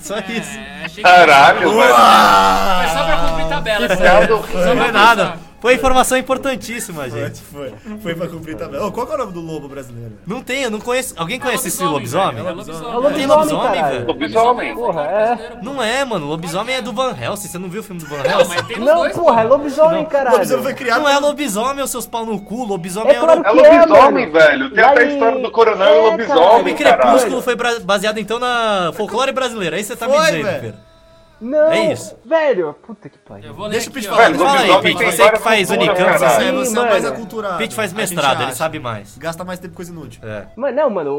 S2: Só isso.
S3: É, achei que-
S4: Caralho, velho.
S3: Foi só pra cumprir tabela. Só
S4: Não
S2: Ah. Não é nada. Foi informação importantíssima, gente.
S1: Foi, foi pra cumprir tabela. Ô, qual que é o nome do lobo brasileiro?
S2: Não tem, eu não conheço. Alguém conhece esse
S3: né?
S2: lobisomem?
S6: É o
S3: Não
S2: tem
S6: lobisomem,
S2: lobisomem,
S6: caralho.
S2: velho.
S4: Lobisomem.
S6: Porra, é.
S2: Não é, mano. Lobisomem é do Van Helsing. Você não viu o filme do Van
S3: Não,
S2: Helsing?
S3: mas tem os
S6: Não,
S3: dois,
S6: porra, é lobisomem,
S2: Não,
S1: O lobisomem foi
S6: caralho.
S1: criado
S2: Não é lobisomem, os seus pau no cu. Lobisomem
S6: É
S2: é
S6: claro
S4: É
S6: que é,
S4: lobisomem,
S6: mano.
S4: velho. Tem
S6: Lá
S4: até a
S6: em-
S4: história do coronel e
S6: É,
S4: o
S2: O
S6: caralho.
S4: lobisomem,
S2: filme
S4: caralho.
S2: Crepúsculo foi bra- baseado então na folclore brasileira. Aí você tá me
S1: Foi,
S2: dizendo,
S1: velho.
S2: Pedro.
S6: Não,
S2: É isso.
S6: velho. Puta que pariu.
S3: Eu vou ler
S1: Deixa o
S3: aqui,
S1: Pitch
S3: ó.
S1: falar.
S2: Fala aí, Pete.
S4: Lobisomem tem
S2: Você que
S4: várias
S2: faz
S4: culturas,
S2: Unicamp, você
S4: caralho.
S1: Você, você é o mais
S6: mano.
S1: aculturado.
S2: Pete faz
S1: A gente
S2: mestrado, ele
S1: acha.
S2: sabe mais.
S1: Gasta mais tempo com coisa inútil.
S2: É.
S6: Mas não, mano, o-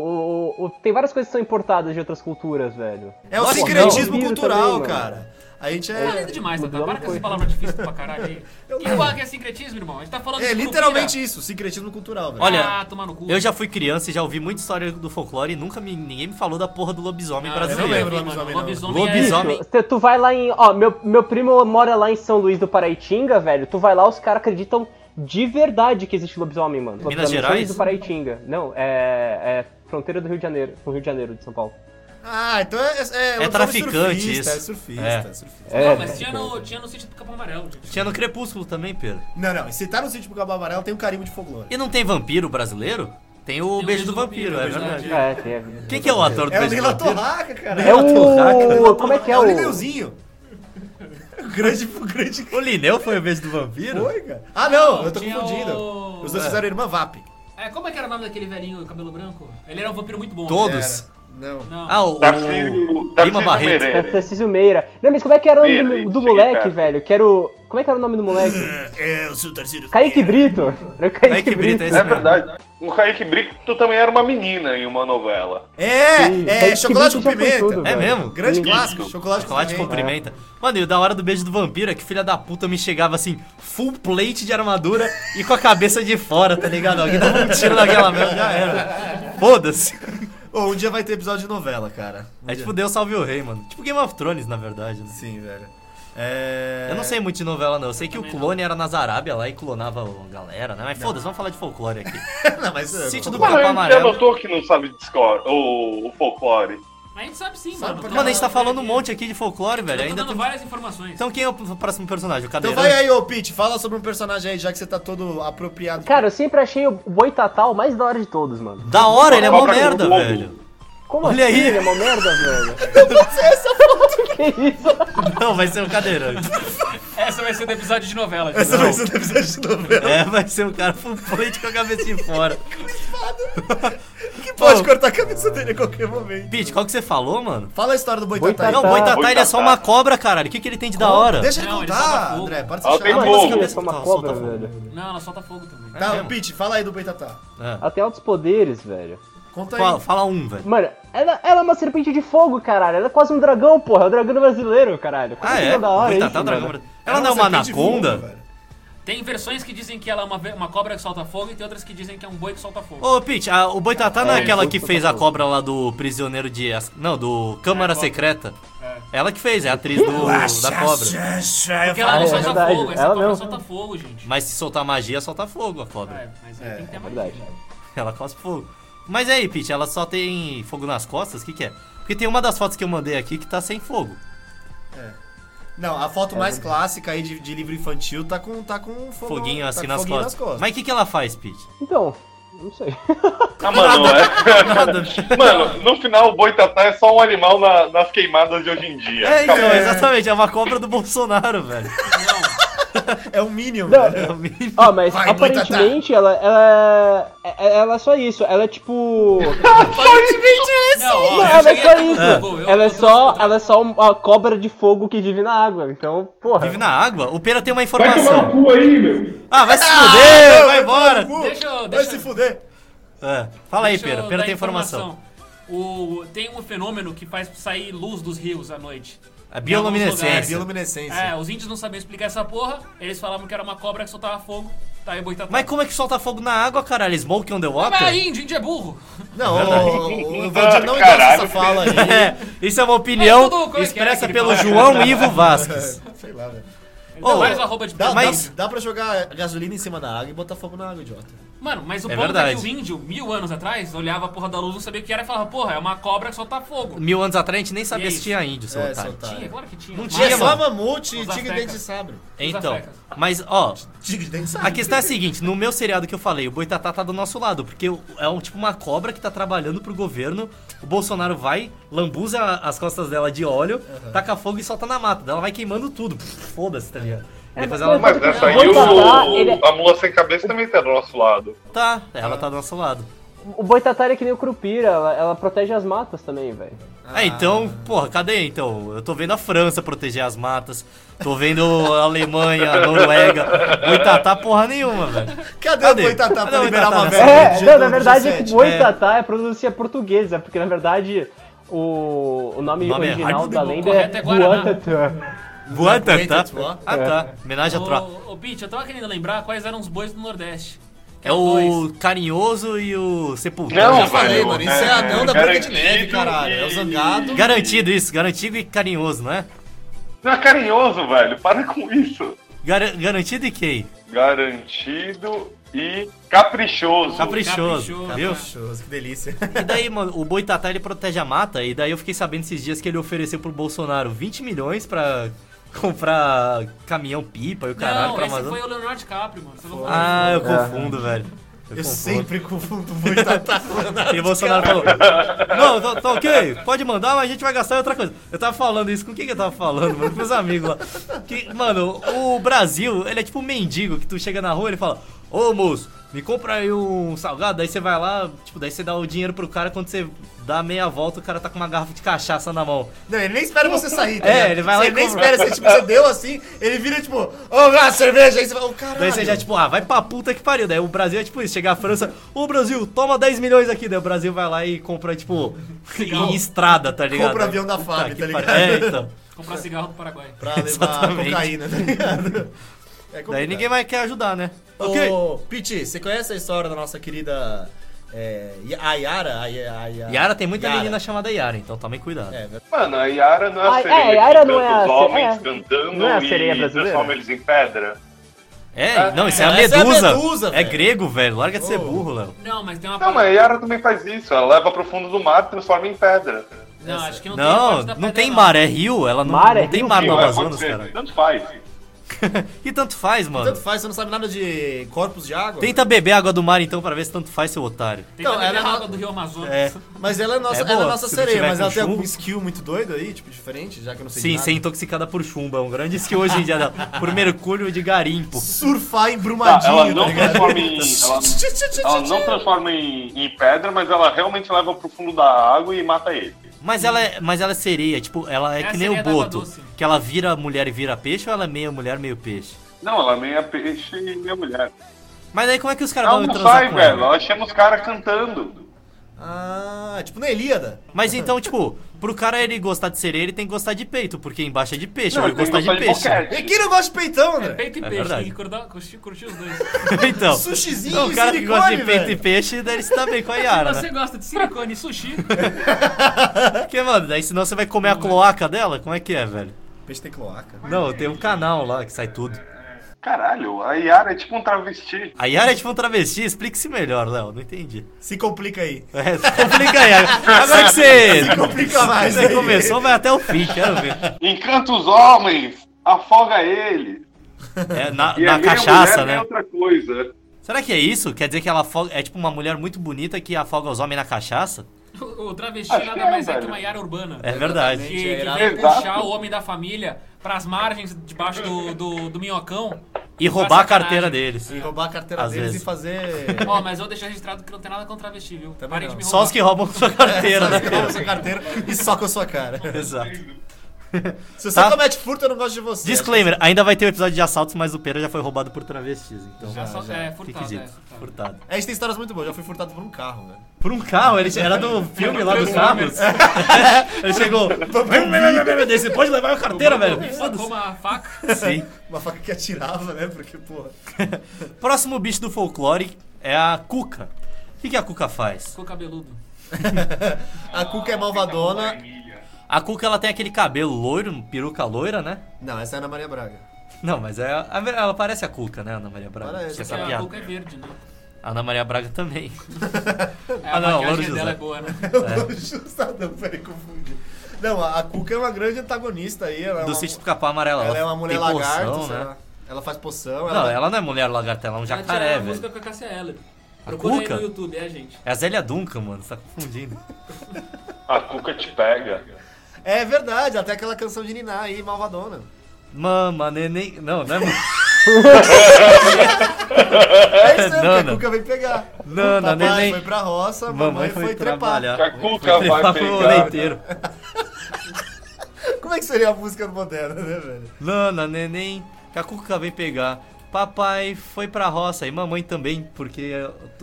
S6: o- o- tem várias coisas que são importadas de outras culturas, velho.
S1: É o
S2: Nossa,
S1: sincretismo
S6: não.
S1: cultural,
S6: Também, mano.
S1: cara. A gente
S3: Tá lindo
S1: é.
S3: demais, Tata. Para com
S6: Foi.
S3: essas palavras difíceis pra caralho [LAUGHS] aí. Que porra que é sincretismo, irmão? A gente tá falando
S1: É
S3: de curupira.
S1: literalmente isso, sincretismo cultural, velho.
S2: Olha,
S3: Ah, tomar no cu.
S2: Eu já fui criança e já ouvi muita história do folclore e nunca me, ninguém me falou da porra do lobisomem
S3: Ah,
S2: brasileiro.
S1: eu não lembro.
S3: mano.
S1: lobisomem, não.
S3: Lobisomem, é-
S2: Lobisomem. Homem.
S6: Bicho, cê- tu vai lá em. Ó, meu, meu primo mora lá em São Luís do Paraitinga, velho. Tu vai lá, os caras acreditam de verdade que existe lobisomem, mano.
S2: Minas
S6: Lobisomem,
S2: Gerais?
S6: Santos do Paraitinga. Não, é, é fronteira do Rio de Janeiro, com o Rio de Janeiro de São Paulo.
S1: Ah, então é. É,
S2: É traficante
S1: surfista,
S2: isso.
S1: É surfista,
S2: É.
S1: é surfista.
S3: Não,
S6: É,
S3: mas tinha no, tinha no sítio do Capão Amarelo, gente.
S2: Tinha no Crepúsculo também, Pedro.
S1: Não, não. Se tá no sítio do Cabal Amarelo, tem um carimbo de folclore.
S2: E não tem vampiro brasileiro? Tem o
S3: o
S2: Beijo do Vampiro, é
S3: Beijo do
S2: verdade.
S3: Vampiro.
S6: é, tem a vida.
S2: Quem que é o ator do
S1: É o
S2: Beijo do
S1: Leila
S2: Vampiro?
S1: Torraca, cara.
S6: É o.
S2: Torraca.
S6: Como é que é
S1: É o
S6: o.
S1: Lineuzinho. O grande, o grande
S2: O Lineu foi o Beijo do Vampiro?
S1: foi, cara. Ah, não, eu tô
S3: Tinha
S1: confundindo.
S3: o-
S1: Os dois
S2: É.
S1: fizeram Irmã Vap.
S3: É, como é que era o nome daquele velhinho cabelo branco? Ele era um vampiro muito bom.
S2: Todos?
S1: Não.
S3: Não.
S2: Ah, o,
S4: Tarcísio
S2: o
S4: Tarcísio
S2: Lima Barreto.
S6: É
S4: Meirelles.
S6: Tarcísio Meira. Não, mas como é que era o nome
S4: Meira,
S6: do, do
S4: isso aí,
S6: moleque,
S4: cara.
S6: velho? Que era o. Como é que era o nome do moleque?
S1: É, eu sou o Tarcísio.
S6: Kaique Brito. Era o Kaique,
S2: Kaique Brito,
S6: Brito.
S2: é esse
S4: É
S2: mesmo.
S4: verdade. O Kaique Brito também era uma menina em uma novela.
S1: É,
S6: Sim,
S1: é,
S6: Kaique
S1: chocolate com
S6: Brito já foi
S1: pimenta.
S6: tudo,
S2: É
S6: velho.
S2: mesmo?
S1: Grande
S6: Sim.
S1: clássico, chocolate,
S2: Chocolate com
S1: pimenta.
S2: pimenta. Mano, e o da hora do beijo do vampiro é que filha da puta me chegava assim, full plate de armadura e com a cabeça de fora, tá ligado? Alguém dava um tiro naquela merda, já era. Foda-se.
S1: [LAUGHS] Ô, um dia vai ter episódio de novela, cara. Um
S2: É
S1: dia.
S2: tipo Deus salve o rei, mano. Tipo Game of Thrones, na verdade. né?
S1: Sim, velho. É...
S2: Eu não sei muito de novela, não. Eu sei que o
S3: Também
S2: clone era na Arábia lá e clonava a galera, né? Mas foda-se, vamos falar de folclore aqui.
S1: não, mas... é,
S2: Sítio do
S1: vamos-
S2: Capão
S4: Mano, a gente já
S2: Amarelo.
S4: notou que não sabe Discord, ou o folclore.
S3: Mas A gente sabe sim,
S1: Sabe
S3: mano.
S1: pra
S2: Mano, a gente tá falando um monte aqui de folclore, velho.
S3: Eu tô
S2: Ainda
S3: dando
S2: tem...
S3: várias informações.
S2: Então quem é o próximo personagem? O
S1: Então
S2: cadeirante?
S1: vai aí, ô Pete, fala sobre um personagem aí, já que você tá todo apropriado.
S6: Cara, eu sempre achei o Boitatá o mais da hora de todos, mano.
S2: Da hora, ele é mó
S4: Cobra
S2: merda,
S4: Globo.
S2: velho.
S6: Como
S2: Olha
S6: assim?
S2: aí. Tá
S6: Ele é uma merda, velho. Que isso?
S2: Não, vai ser um cadeirante.
S3: Essa vai ser do episódio de novela. gente.
S1: Essa vai ser o episódio de novela.
S2: É, vai ser um cara full plate com a cabeça de fora.
S1: Que pode
S2: Ô.
S1: cortar a cabeça dele a qualquer momento.
S2: Pete, qual que você falou, mano?
S1: Fala a história do Boitatá. é aí.
S2: Não, o Boitatá ele é só
S4: Boitatá.
S2: uma cobra, caralho. O que, que ele tem de da hora?
S1: tá. Deixa ele
S3: Não, ele
S1: contar,
S3: solta fogo.
S1: André. Ah, Para de
S4: Ela
S1: ser
S4: tem
S1: chato.
S4: fogo.
S6: Ela é uma
S2: Solta
S6: cobra,
S2: fogo.
S6: velho.
S3: Não, ela solta fogo também.
S2: É
S1: Tá,
S2: mesmo?
S1: Pete, fala aí do Boitatá.
S2: É.
S6: Ela tem altos poderes, velho.
S1: Conta aí.
S2: Fala, fala um, velho.
S6: Mano, ela, ela é uma serpente de fogo, caralho. Ela é quase um dragão, porra. É o dragão brasileiro, caralho. Como
S2: Ah,
S6: que
S2: é?
S6: não da hora
S2: Boitatá
S6: isso,
S2: é o dragão
S6: mano?
S2: brasileiro. Ela não é uma
S1: serpente voa,
S2: anaconda?
S1: velho.
S3: Tem versões que dizem que ela é uma, ve- uma cobra que solta fogo e tem outras que dizem que é um boi que solta fogo.
S2: Ô, Pete, a- o Boitatá não é
S6: É,
S2: aquela
S6: solta
S2: que fez a
S6: fogo.
S2: cobra lá do Prisioneiro de... As- Não, do Câmara
S3: É, cobra.
S2: Secreta?
S3: É.
S2: Ela que fez, é a atriz do, da cobra.
S3: Porque ela não
S6: é
S3: solta
S6: verdade.
S3: fogo, essa
S6: Ela
S3: cobra
S6: não.
S3: solta fogo, gente.
S2: Mas se soltar magia, solta fogo a cobra.
S3: É, mas aí tem que ter mais.
S6: Verdade.
S2: Ela cospe fogo. Mas aí, Pete, ela só tem fogo nas costas? O que que é? Porque tem uma das fotos que eu mandei aqui que tá sem fogo.
S1: Não, a foto mais clássica aí de, de livro infantil tá com, tá com fogo,
S2: Foguinho
S1: tá
S2: assim
S1: com
S2: nas,
S1: Tá foguinho
S2: costas. Mas o que, que ela faz, [LAUGHS] Pete?
S6: Então, não sei. [LAUGHS]
S4: Ah,
S2: [LAUGHS]
S4: mano,
S2: Nada.
S4: é. Mano, no final o boitatá é só um animal na- nas queimadas de hoje em dia.
S2: É, então, exatamente, é uma cobra do Bolsonaro, velho.
S1: É um Minion,
S6: Não.
S1: velho.
S2: É o mínimo.
S6: Ó, mas
S1: Vai,
S6: aparentemente ela, ela, é- ela é só isso. Ela é tipo.
S3: Não, ó, eu cheguei até o Google, eu-
S6: Não, [LAUGHS] ela é só isso. Ela é
S3: eu-
S6: só, ela é só uma cobra de fogo que vive na água. Então, porra.
S2: Vive na água? O Pera tem uma
S7: Vai tomar no
S2: informação.
S7: cu aí, meu.
S2: Ah, vai se
S1: Ah,
S2: fuder,
S1: não,
S2: vai embora.
S1: tomar no cu.
S3: Deixa eu-
S1: Vai
S3: deixa
S1: se
S3: eu-
S1: fuder.
S2: É, fala aí,
S3: Deixa eu
S2: Pera. Pera
S3: dar
S2: tem informação.
S3: O, tem um fenômeno que faz sair luz dos rios à noite.
S2: A
S3: É,
S1: É,
S2: bioluminescência.
S1: bioluminescência.
S3: É, os índios não sabiam explicar essa porra, eles falavam que era uma cobra que soltava fogo, tá aí o boitatá.
S2: Mas como é que solta fogo na água, caralho? Smoke on the
S3: Mas é
S2: water?
S3: índio, índio é burro.
S1: Não, o, o, o Valdir não endossa essa
S4: Caralho.
S1: fala [LAUGHS] aí.
S2: [LAUGHS] É, isso é uma opinião
S3: Mas tudo, como é que é
S2: expressa
S3: aquele
S2: pelo
S3: papo?
S2: João Ivo
S4: [LAUGHS]
S2: Vasquez.
S1: É, Sei lá, velho.
S2: Ô,
S3: Vários arroba de
S1: Dá,
S2: Mas-
S1: mas... dá, dá pra jogar gasolina em cima da água e botar fogo na água, idiota.
S3: Mano, mas o
S2: É
S3: ponto é que
S2: verdade.
S3: o índio, mil anos atrás, olhava a porra da luz, não sabia o que era e falava, porra, é uma cobra que solta fogo.
S2: Mil anos atrás a gente nem
S3: E
S2: sabia
S3: é
S2: se
S3: isso.
S2: tinha índio, seu
S1: É,
S2: otário.
S1: seu otário.
S3: Tinha, claro que tinha.
S2: Não
S3: Mas-
S2: tinha,
S1: Tinha só
S2: mano.
S1: mamute e
S3: Os
S1: tigre
S3: aztecas.
S1: dente de sabre.
S2: Então,
S3: Os aztecas.
S2: mas ó,
S1: Tigre dente de sabre.
S2: a questão é a seguinte, no meu seriado que eu falei, o Boitatá tá do nosso lado, porque é um tipo uma cobra que tá trabalhando pro governo, o Bolsonaro vai, lambuza as costas dela de óleo, taca fogo e solta na mata, daí ela vai queimando tudo, Pff, foda-se, tá ligado? Depois ela
S4: É, Mas nessa aí
S6: Boitatá, ele é-
S4: o, a mula sem cabeça também tá do nosso lado.
S2: tá, ela tá do nosso lado.
S6: O boitatara é que nem o Curupira, ela, ela protege as matas também, velho.
S2: É, então, porra, cadê então? Eu tô vendo a França proteger as matas, tô vendo a Alemanha, a Noruega, Boitatá porra nenhuma, velho.
S1: Cadê,
S2: Cadê?
S1: o Boitatá
S2: Cadê
S1: pra
S2: o
S1: liberar
S2: Boitatá
S1: uma
S2: nessa?
S1: velha?
S6: É,
S1: de
S6: não, na
S1: novo,
S6: verdade é que
S1: 17?
S6: boitatá é pronúncia portuguesa, porque na verdade o, o nome,
S2: O nome é
S6: original
S2: Hard
S6: da
S2: Bill,
S6: lenda
S3: correto
S6: é
S3: é Guaraná.
S6: Boatatá.
S2: Boitatá?
S1: Boitatá.
S2: Ah tá, homenagem a Troá.
S3: tipo, Ô, ô, Pete, eu tava querendo lembrar quais eram os bois do Nordeste.
S2: É o carinhoso e o sepultado.
S4: Não,
S1: Já falei, mano, isso é
S4: É,
S1: anão da Branca de Neve,
S4: garantido
S1: caralho. É o
S4: e-
S1: zangado.
S2: Garantido isso, garantido e carinhoso, não é?
S4: Não é carinhoso, velho. Para com isso.
S2: Gar- garantido e quem?
S4: garantido e
S2: Caprichoso,
S4: caprichoso.
S3: Caprichoso,
S2: viu?
S3: né?
S1: Caprichoso, que delícia.
S2: E daí, mano, o Boitatá ele protege a mata, e daí eu fiquei sabendo esses dias que ele ofereceu pro Bolsonaro 20 milhões pra comprar caminhão pipa e o caralho
S3: Não,
S2: pra
S3: esse
S2: Amazônia.
S3: foi o Leonardo DiCaprio, mano. Você não
S2: Ah, eu confundo, velho.
S1: Eu,
S2: confundo.
S1: sempre confundo muito a
S2: E o Bolsonaro falou: Não, tá, tá ok, pode mandar, mas a gente vai gastar em outra coisa. Eu tava falando isso, com quem que eu tava falando, mano? Com meus amigos lá. Que, mano, o Brasil, ele é tipo um mendigo que tu chega na rua e ele fala: Ô moço, me compra aí um salgado. Daí você vai lá, tipo, daí você dá o dinheiro pro cara. Quando você dá a meia volta, o cara tá com uma garrafa de cachaça na mão.
S1: Não, ele nem espera você sair, tá
S2: É,
S1: ligado?
S2: ele vai lá
S1: Você
S2: e
S1: nem
S2: compra.
S1: espera, você, tipo, você deu assim, ele vira tipo, ô, oh, cerveja, aí você fala, ô, caralho.
S2: Daí você já, tipo, ah, vai pra puta que pariu. Daí o Brasil é tipo isso, chega a França, ô Brasil, toma 10 milhões aqui. Daí o Brasil vai lá e compra, tipo, [LAUGHS] em estrada, tá ligado?
S1: Compra avião da
S2: Puta
S1: FAB,
S2: que
S1: tá ligado?
S2: pariu. É,
S7: [LAUGHS]
S2: então.
S3: Comprar cigarro do Paraguai.
S1: Pra levar
S2: Exatamente.
S1: cocaína, tá ligado? É
S2: Daí
S1: complicado.
S2: ninguém vai querer ajudar, né? Ok.
S7: Ô, Piti, você conhece a história da nossa querida é, Ayara? Ay- Ay- Ay-
S2: Yara tem muita
S7: Yara.
S2: menina chamada Yara, então tomem cuidado.
S7: É, verdade.
S4: Mano, a Yara não é
S6: Ai,
S4: a sereia.
S6: é, a Yara
S4: que
S6: não é
S4: canta
S6: a
S4: os
S6: se-
S4: homens
S6: é.
S4: cantando
S6: Não é a sereia
S4: e
S6: brasileira?
S4: transforma eles em pedra.
S2: É, não, isso é, a
S7: essa é a
S2: medusa.
S7: Medusa,
S2: É
S7: velho.
S2: grego, velho. Larga de ser
S7: Ô.
S2: burro, Léo.
S3: Não, mas tem uma
S4: Não, mas a Yara também faz isso. Ela leva pro fundo do mar e transforma em pedra.
S3: Não, acho que não, tem a
S2: Não,
S3: parte da
S2: não
S3: pedra,
S2: tem
S3: não.
S2: mar, é rio. Ela não,
S6: Mar é
S2: não tem
S6: rio,
S2: mar no
S4: Sim, mas
S2: Amazonas,
S4: pode ser,
S2: cara.
S4: Tanto faz.
S2: E tanto faz, mano.
S7: Tanto faz, você não sabe nada de corpos de água.
S2: Tenta beber água do mar então pra ver se tanto faz, seu otário.
S3: Tem então,
S7: Então,
S3: era
S7: era-
S3: água do Rio Amazonas.
S2: É.
S7: Mas ela é nossa,
S2: É boa,
S7: ela é nossa
S2: se
S7: sereia,
S2: tiver
S7: mas
S2: com
S7: ela tem
S2: chumbo.
S7: algum skill muito doido aí, tipo, diferente, já que eu não sei de
S2: Sim,
S7: nada.
S2: ser intoxicada por chumbo. É um grande skill hoje em dia. dela. Por mercúrio de garimpo.
S7: Surfar em
S4: Tá, ela
S7: Brumadinho,
S4: não
S7: tá ligado?
S4: transforma em. Ela, ela não transforma em, em pedra, mas ela realmente leva pro fundo da água e mata ele.
S2: Mas ela, é, mas ela é sereia, tipo, ela é,
S3: É a
S2: que nem o
S3: sereia da água
S2: Boto.
S3: doce.
S2: Que ela vira mulher e vira peixe ou ela é meio mulher, meio peixe?
S4: Não, ela é meia peixe e meia mulher.
S2: Mas aí como é que os caras
S4: Ela
S2: vão
S4: não
S2: transar
S4: sai,
S2: Tá com ela?
S4: um velho. Ela chama os caras cantando.
S7: Ah, tipo na Elíada.
S2: Mas então, tipo, pro cara ele gostar de sereia, ele tem que gostar de peito, porque embaixo é de peixe,
S4: Não,
S2: ele
S4: tem
S2: gostar de
S4: vontade de
S2: peixe.
S4: boquete.
S7: E quem não gosta de peitão,
S3: É
S7: né?
S3: peito e
S2: É
S3: peixe,
S2: verdade.
S3: tem que curtar- curtir, curtir os dois.
S2: [LAUGHS] então,
S7: Sushizinho,
S2: então, o cara que gosta de
S7: silicone,
S2: peito e
S7: velho.
S2: peixe, daí ele se dá bem com a Yara,
S3: Você
S2: né?
S3: gosta de silicone e sushi?
S2: Porque, mano, daí senão você vai comer a cloaca dela? Como é que é, velho?
S7: Peixe tem cloaca.
S2: Não, tem um canal lá que sai tudo.
S4: Caralho, a Yara é tipo um travesti.
S2: A Yara é tipo um travesti? Explique-se melhor, Léo, não entendi.
S7: Se complica aí.
S2: É, complica aí. Agora que você...
S7: complica mais
S2: Você
S7: aí.
S2: começou, vai até o fim, quero ver.
S4: Encanta os homens, afoga ele.
S2: É, na
S4: E
S2: na
S4: é meia
S2: cachaça,
S4: mulher, meia
S2: né?
S4: outra coisa.
S2: Será que é isso? Quer dizer que ela afoga- é tipo uma mulher muito bonita que afoga os homens na cachaça?
S3: O o travesti
S4: Acho
S3: nada
S4: que é,
S3: mais é que
S4: velho.
S3: uma Yara urbana.
S2: É verdade.
S3: Que,
S7: Gente,
S3: que
S7: é irado.
S3: veio
S4: Exato.
S3: puxar o homem da família pras margens debaixo do, do, do minhocão.
S2: E roubar a carteira deles.
S7: E roubar a carteira
S2: Às
S7: deles
S2: vezes.
S7: e fazer.
S3: Ó, mas eu vou deixar registrado que não tem nada contra travesti, viu?
S7: Também
S3: Parem de
S7: não.
S3: me roubar.
S2: Só os que roubam sua carteira, né?
S7: Rouba sua carteira e soca a sua cara.
S2: Exato.
S7: Se você
S2: Tá.
S7: comete furto, eu não gosto de você.
S2: Disclaimer, ainda vai ter o episódio de assaltos, mas o Pera já foi roubado por travestis, então.
S3: Já, só- é, furtado,
S2: Fique
S3: é,
S2: dito.
S3: furtado.
S2: Furtado.
S7: A gente tem histórias muito boas. Já fui furtado por um carro, velho.
S2: Por um carro, ele era do filme lá dos carros. ele chegou. Você pode levar a carteira, velho.
S3: Só
S2: Foda-se.
S3: com uma faca.
S2: Sim.
S7: Uma faca que atirava, né? Porque, porra.
S2: Próximo bicho do folclore é a cuca. O que, que a cuca faz?
S3: Ficou cabeludo.
S7: A Cuca é malvadona.
S2: A cuca ela tem aquele cabelo loiro, peruca loira, né?
S7: Não, essa é a Ana Maria Braga.
S2: Não, mas é, a- ela parece a Cuca, né, Ana Maria Braga?
S7: Parece,
S2: Essa
S3: Porque a
S2: piada.
S3: boca é verde, né?
S2: A Ana Maria Braga também.
S3: É,
S2: Ah,
S3: a
S2: não, Louro
S3: maquiagem
S2: José.
S3: dela é boa, né?
S7: [LAUGHS] É. Justadão, peraí, confundi. Não, a a Cuca é uma grande antagonista aí. Ela é
S2: Do
S7: uma,
S2: sítio do Capão Amarelo.
S7: ela é uma mulher
S2: tem
S7: lagarta,
S2: poção,
S7: sei
S2: né?
S7: lá. Ela faz poção.
S2: Não, ela não é mulher lagarta, ela é um
S3: Ela
S2: jacaré,
S3: a
S2: velho.
S3: música com a Cassia Eller. Procura aí
S2: Cuca?
S3: no YouTube, é, gente.
S2: É a Zélia Duncan, mano, você tá confundindo.
S4: A cuca te pega.
S7: É verdade, até aquela canção de Niná aí, malvadona.
S2: Mama, neném. Não, não é. mu-
S7: É isso mesmo que
S2: Nana.
S7: a Cuca vem pegar.
S2: Nana,
S7: Papai
S2: neném.
S7: foi pra roça, mamãe, foi, trepar.
S2: trabalhar.
S4: A cuca
S2: Foi
S4: vai
S2: trepar
S4: pegar. né?
S2: pro leiteiro.
S7: Como é que seria a música moderna, né, velho?
S2: Nana, neném, que a Cuca vem pegar. Papai foi pra roça e mamãe também, porque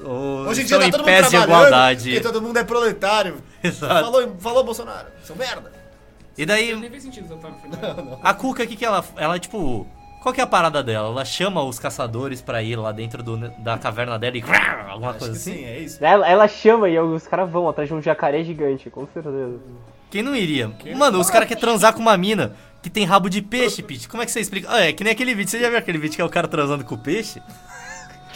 S2: oh,
S7: Hoje em dia tá
S2: em
S7: todo mundo
S2: pés de
S7: trabalhando,
S2: igualdade.
S7: porque todo mundo é proletário.
S2: [LAUGHS] Exato.
S7: Falou, falou, Bolsonaro. São merda.
S2: E daí,
S3: Nem fez sentido, tá?
S2: A Cuca, o que que ela... Ela, tipo... Qual que é a parada dela? Ela chama os caçadores pra ir lá dentro do- da caverna dela e... [LAUGHS] Alguma
S7: Acho
S2: coisa
S7: que
S2: assim?
S7: sim, é isso.
S6: Ela, ela chama e os caras vão atrás de um jacaré gigante, com certeza.
S2: Quem não iria? Mano, os caras querem transar com uma mina que tem rabo de peixe, Pete. Como é que você explica? Ah, é que nem aquele vídeo. Você já viu aquele vídeo que é o cara transando com o peixe?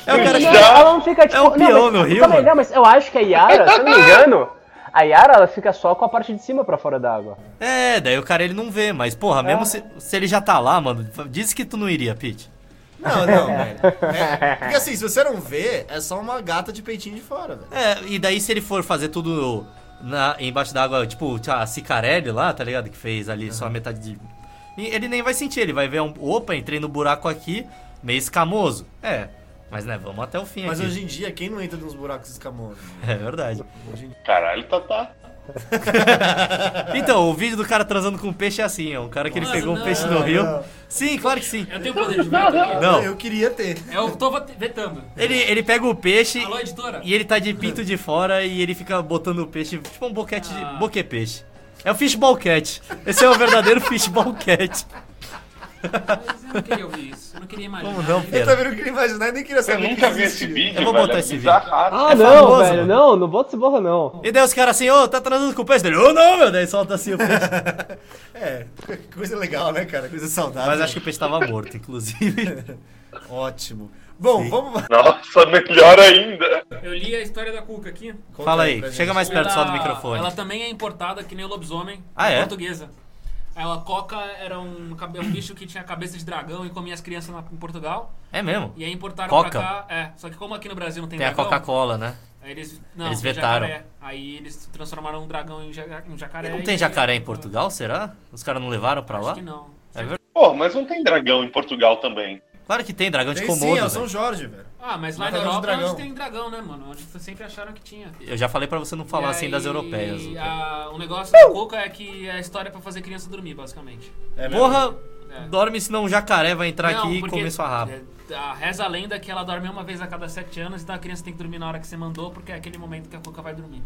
S2: É o cara
S4: Já.
S2: que...
S6: ela não fica tipo.
S2: É o peão
S6: não,
S2: no
S6: mas,
S2: rio,
S6: calma aí,
S2: mano.
S6: não, mas eu acho que a
S4: tá
S6: Yara, se eu não me engano, a Yara ela fica só com a parte de cima pra fora d'água.
S2: É, daí o cara ele não vê. Mas, porra,
S3: É.
S2: mesmo se, se ele já tá lá, mano, diz que tu não iria, Pete.
S1: Não, não, velho. É, porque assim, se você não vê, é só uma gata de peitinho de fora, velho.
S2: É, e daí se ele for fazer tudo na, embaixo d'água, tipo a Cicarelli lá, tá ligado? Que fez ali só a metade de. E ele nem vai sentir, ele vai ver um. Opa, entrei no buraco aqui, meio escamoso. É, mas né, vamos até o fim
S1: Mas
S2: aqui.
S1: hoje em dia, quem não entra nos buracos escamosos?
S2: [LAUGHS] É verdade.
S4: Caralho, tá, tá.
S2: Então, o vídeo do cara transando com um peixe é assim, é um cara que ele
S3: Nossa,
S2: pegou um
S3: não.
S2: peixe no rio. Sim, claro que sim.
S3: Eu tenho poder de veto aqui. É
S2: Não.
S1: Eu queria ter.
S3: Eu tô vet- vetando.
S2: Ele, ele pega o peixe
S3: Alô, editora?
S2: e ele tá de pinto de fora e ele fica botando o peixe, tipo um boquete de.
S3: Ah.
S2: boquet peixe. É o fishball cat. Esse é o verdadeiro [LAUGHS] fishball cat.
S3: Mas eu não queria ouvir isso. Eu não queria imaginar.
S2: Como não,
S3: isso.
S1: Eu
S2: Pera?
S1: também não queria imaginar, nem queria
S4: Eu
S1: saber.
S4: nunca
S1: que
S4: vi esse
S1: existia.
S4: vídeo,
S2: Eu vou
S4: velho.
S2: botar
S4: é
S2: esse vídeo.
S4: bizarraço.
S6: Ah,
S2: É
S6: não,
S2: famoso,
S6: velho,
S2: mano.
S6: não, não bota esse borra, não.
S2: E daí os caras assim, ô, tá transando com o peixe dele? Ô, não, meu. Daí solta assim
S1: [LAUGHS]
S2: o peixe.
S1: É, [LAUGHS] coisa legal, né, cara? Coisa saudável.
S2: Mas acho que o peixe tava
S1: [LAUGHS]
S2: morto, inclusive.
S1: Ótimo. Bom, vamos...
S4: Nossa, melhor ainda.
S3: Eu li a história da Cuca aqui.
S1: Conta
S2: Fala
S1: pra
S2: aí,
S1: gente.
S2: chega mais perto só do microfone.
S3: Ela também é importada, que nem o lobisomem.
S2: Ah, é?
S3: Portuguesa. Ela, coca, era um, cabe- um bicho que tinha cabeça de dragão e comia as crianças na- em Portugal.
S2: É mesmo?
S3: E aí importaram
S2: Coca?
S3: pra cá. É, só que como aqui no Brasil não tem,
S2: Tem a
S3: dragão,
S2: Coca-Cola, né?
S3: aí eles, não,
S2: Eles
S3: tem
S2: vetaram.
S3: jacaré. Aí eles transformaram um dragão em ja- em jacaré.
S2: Não
S3: e-
S2: tem jacaré em Portugal, É será? Os caras não levaram pra
S3: Acho
S2: lá?
S3: que não.
S4: Pô, mas não tem dragão em Portugal também.
S2: Claro que tem, dragão de
S1: Tem sim, é o
S2: Komodo.
S1: São
S2: velho.
S1: Jorge, velho.
S3: Ah, mas lá
S1: Mas
S3: na
S1: agora é um
S3: Europa
S1: dragão.
S3: onde tem dragão, né, mano? Onde sempre acharam que tinha.
S2: Eu já falei pra você não falar
S3: E
S2: assim das
S3: aí,
S2: europeias. Luca.
S3: a- o negócio da Coca é que é a história pra fazer criança dormir, basicamente.
S1: É
S2: Porra,
S3: É.
S2: dorme senão um jacaré vai entrar
S3: Não,
S2: aqui e
S3: porque,
S2: comer sua raba.
S3: é, a- Reza a lenda que ela dorme uma vez a cada sete anos, então a criança tem que dormir na hora que você mandou, porque é aquele momento que a Coca vai dormir.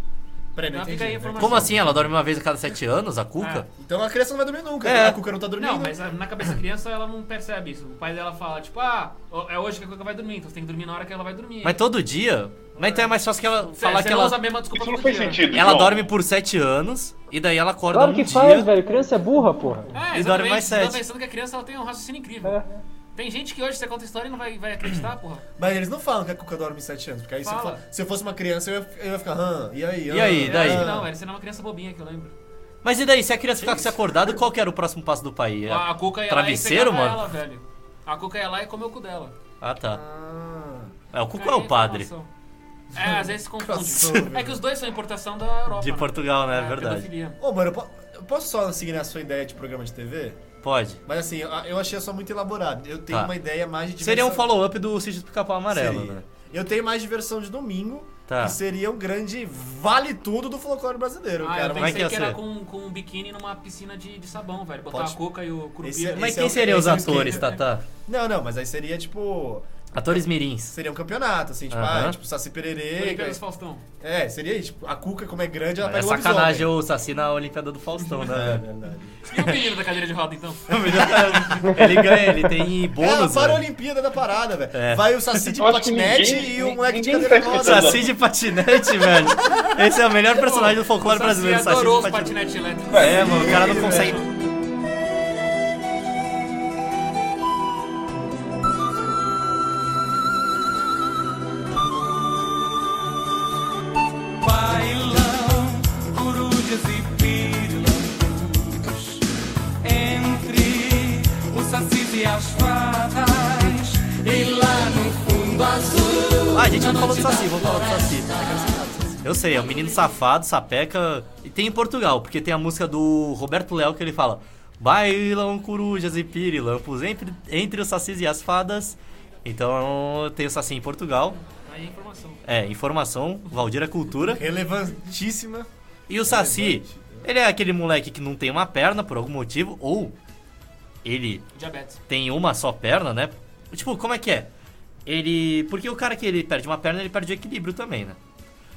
S1: Peraí, não
S3: Não,
S1: entendi.
S3: fica aí a
S1: né?
S3: informação.
S2: Como assim? Ela dorme uma vez a cada sete anos, a
S3: Ah,
S2: cuca?
S1: Então a criança não vai dormir nunca.
S2: É.
S1: A Cuca não tá dormindo.
S3: Não, mas a- na cabeça da criança ela não percebe isso. O pai dela fala, tipo, ah, o- é hoje que a Coca vai dormir, então você tem que dormir na hora que ela vai dormir.
S2: Mas todo dia? Mas então é mais fácil que ela
S3: Cê-
S2: falar
S3: cê
S2: que
S3: não usa
S2: ela,
S3: a mesma desculpa
S4: Isso não
S3: todo
S4: faz
S3: dia.
S4: sentido.
S2: ela
S4: João.
S2: dorme por sete anos e daí ela acorda
S6: Claro
S2: um
S6: que
S2: dia.
S6: faz, velho. Criança é burra, porra.
S3: É,
S2: E dorme
S3: exatamente.
S2: mais
S3: Você tá
S2: sete.
S3: pensando que a criança ela tem um raciocínio incrível. Tem gente que hoje você conta história e não vai, vai acreditar, porra.
S1: Mas eles não falam que a Cuca dorme 7 anos, porque aí se eu,
S3: Fala.
S1: fa- se eu fosse uma criança, eu ia, eu ia ficar, hã, e aí?
S2: E
S1: hã,
S2: aí,
S1: hã?"
S2: E daí?
S3: Eu acho que É, não, era você era uma criança bobinha que eu lembro.
S2: Mas e daí, se a criança ficar com você acordado, qual que era o próximo passo do pai? É-
S3: Ah, A, a Cuca ia
S2: Travesseiro,
S3: lá e pegava
S2: mano?
S3: ela, velho. A Cuca ia lá e comeu o cu dela.
S2: Ah, tá.
S1: Ah,
S2: É, o cuco
S3: Aí
S2: é
S3: a
S2: o padre
S3: informação. É, às vezes se
S1: Crossover.
S3: confunde. é que os dois são importação da Europa.
S2: de
S3: né?
S2: Portugal, né? É verdade.
S3: pedofilia.
S1: Ô, mano, eu, po- eu posso só seguir na sua ideia de programa de TV?
S2: Pode.
S1: Mas assim, eu, eu achei só muito elaborado. Eu tenho
S2: Tá.
S1: uma ideia mais de
S2: Seria um
S1: diversão-
S2: follow-up do Sítio do Pica-Pau Amarelo,
S1: Seria.
S2: né?
S1: Eu tenho mais diversão de domingo,
S2: Tá.
S1: que seria um grande vale tudo do folclore brasileiro,
S3: Ah,
S1: cara.
S3: eu
S2: como é
S3: pensei
S2: que
S3: que,
S2: ia ser?
S3: era com, com um biquíni numa piscina de, de sabão, velho. Botar
S1: Pode.
S3: a Cuca e o Curupira.
S1: Esse é-
S2: Mas
S1: esse
S2: quem
S1: o-
S2: seriam os
S1: esse é o esquema.
S2: atores, Tata?
S1: Não, não, mas aí seria tipo.
S2: Atores mirins.
S1: Seria um campeonato, assim, tipo,
S2: Aham.
S1: ah, tipo, Saci Pererê.
S3: Olimpíadas Faustão.
S1: É, seria isso. Tipo, a Cuca, como é grande, ela
S2: É
S1: pega o
S2: sacanagem o Saci na Olimpíada do Faustão,
S1: lobisomem. É
S2: [LAUGHS] né?
S1: verdade.
S3: E o menino da cadeira de roda, então?
S2: é ele ganha, ele tem
S1: é a
S2: bônus. né?
S1: Paralimpíada da parada, velho.
S2: É.
S1: Vai o Saci de
S4: Eu acho que
S1: patinete
S4: ninguém-
S1: e o moleque de
S4: ninguém
S1: cadeira de
S4: tá
S1: roda.
S4: escutando.
S2: Saci de é patinete, velho. Esse é o melhor personagem do folclore
S3: Nossa,
S2: brasileiro,
S3: você
S2: Saci
S3: adorou
S2: de
S3: os
S2: patinete.
S3: patinetes elétricos.
S2: É, mano, o cara não consegue. Ah, a gente não falou do Saci, vamos falar do Saci. Eu sei, é um menino safado, sapeca. E tem em Portugal, porque tem a música do Roberto Léo que ele fala: Bailam corujas e pirilampos entre, entre os sacis e as fadas. Então tem o Saci em Portugal.
S3: Aí é informação.
S2: É, informação, Valdir é cultura.
S1: Relevantíssima.
S2: E o Saci, ele é aquele moleque que não tem uma perna por algum motivo, ou ele
S3: Diabetes.
S2: tem uma só perna, né? Tipo, como é que é? Ele. Porque o cara que ele perde uma perna, ele perde o equilíbrio também, né?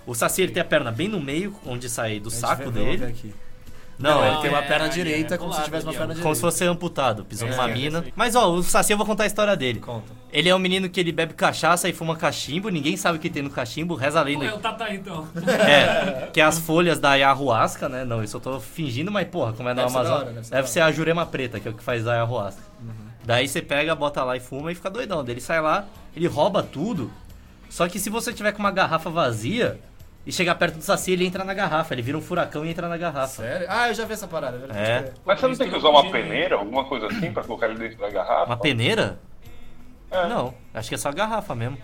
S2: O Saci, ele tem a perna bem no meio, onde sai do saco dele. Não,
S1: Não,
S2: ele tem
S3: é,
S2: uma perna
S3: é,
S2: direita,
S3: é
S1: como se
S3: colado,
S1: tivesse uma
S3: Miguel.
S1: perna
S2: como se fosse amputado, pisou numa
S3: é,
S2: mina.
S3: isso aí.
S2: Mas ó, o Saci eu vou contar a história dele.
S1: Conta.
S2: Ele é um menino que ele bebe cachaça e fuma cachimbo, ninguém sabe o que tem no cachimbo, reza a
S3: Pô,
S2: lenda.
S3: é o Tata então.
S2: É, que é as folhas da ayahuasca, né? Não, isso eu tô fingindo, mas porra, como é da
S7: Deve ser da
S2: Amazônia.
S7: hora, Uhum.
S2: Deve,
S7: deve
S2: ser,
S7: ser da
S2: a jurema preta, que é o que faz a ayahuasca. Daí você pega, bota lá e fuma e fica doidão. Daí ele sai lá, ele rouba tudo. Só que se você tiver com uma garrafa vazia e chegar perto do saci, ele entra na garrafa. Ele vira um furacão e entra na garrafa.
S7: Sério? Ah, eu já vi essa parada, é verdade.
S2: É.
S4: Mas você não tem que usar uma peneira, alguma coisa assim, pra colocar ele dentro da garrafa?
S2: Uma peneira?
S4: É.
S2: Não, acho que é só a garrafa mesmo.